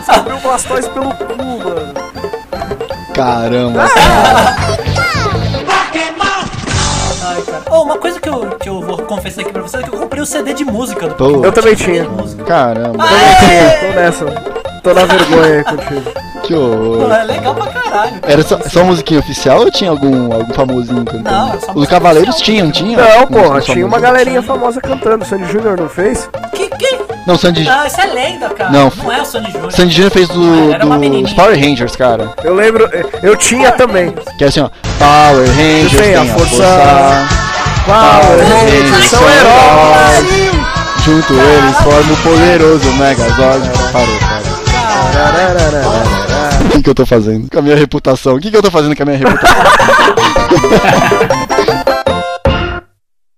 Speaker 3: Abriu o Blastoise pelo cu, mano.
Speaker 2: Caramba.
Speaker 1: Ai, cara. Ô, uma coisa que eu, que eu vou confessar aqui pra vocês é que eu comprei o CD de música do
Speaker 2: Pô,
Speaker 3: Eu também tinha.
Speaker 1: de música.
Speaker 2: caramba.
Speaker 3: Tô nessa. Tô na vergonha aí contigo.
Speaker 2: Que
Speaker 1: Pô,
Speaker 2: horror.
Speaker 1: é legal pra caralho.
Speaker 2: Era só, só musiquinha oficial ou tinha algum, algum famosinho
Speaker 1: Não,
Speaker 2: cantando?
Speaker 1: era só
Speaker 2: Os
Speaker 1: música
Speaker 2: Cavaleiros
Speaker 1: oficial.
Speaker 2: tinham, tinha?
Speaker 3: Não,
Speaker 2: Uns-
Speaker 3: porra,
Speaker 2: uns
Speaker 3: tinha uma
Speaker 2: famosos.
Speaker 3: galerinha famosa cantando. Sandy Júnior não fez?
Speaker 1: Que, que...
Speaker 2: Não, Sandy,
Speaker 1: Não, isso é lenda, cara.
Speaker 2: É. Não.
Speaker 1: Não, é o Sony Jr.
Speaker 2: Sandy Júnior fez do,
Speaker 1: Era uma
Speaker 2: dos
Speaker 1: menininha.
Speaker 2: Power Rangers, cara.
Speaker 3: Eu lembro, eh, eu tinha também.
Speaker 2: Que é assim, ó. Power Rangers tem
Speaker 3: Eu tenho
Speaker 2: a
Speaker 3: a
Speaker 2: força.
Speaker 3: força. Power oh Rangers né? são heróis.
Speaker 2: Junto eles formam o poderoso Megazord. Parou, parou. O que, que eu tô fazendo com a minha reputação? O que, que eu tô fazendo com a minha reputação?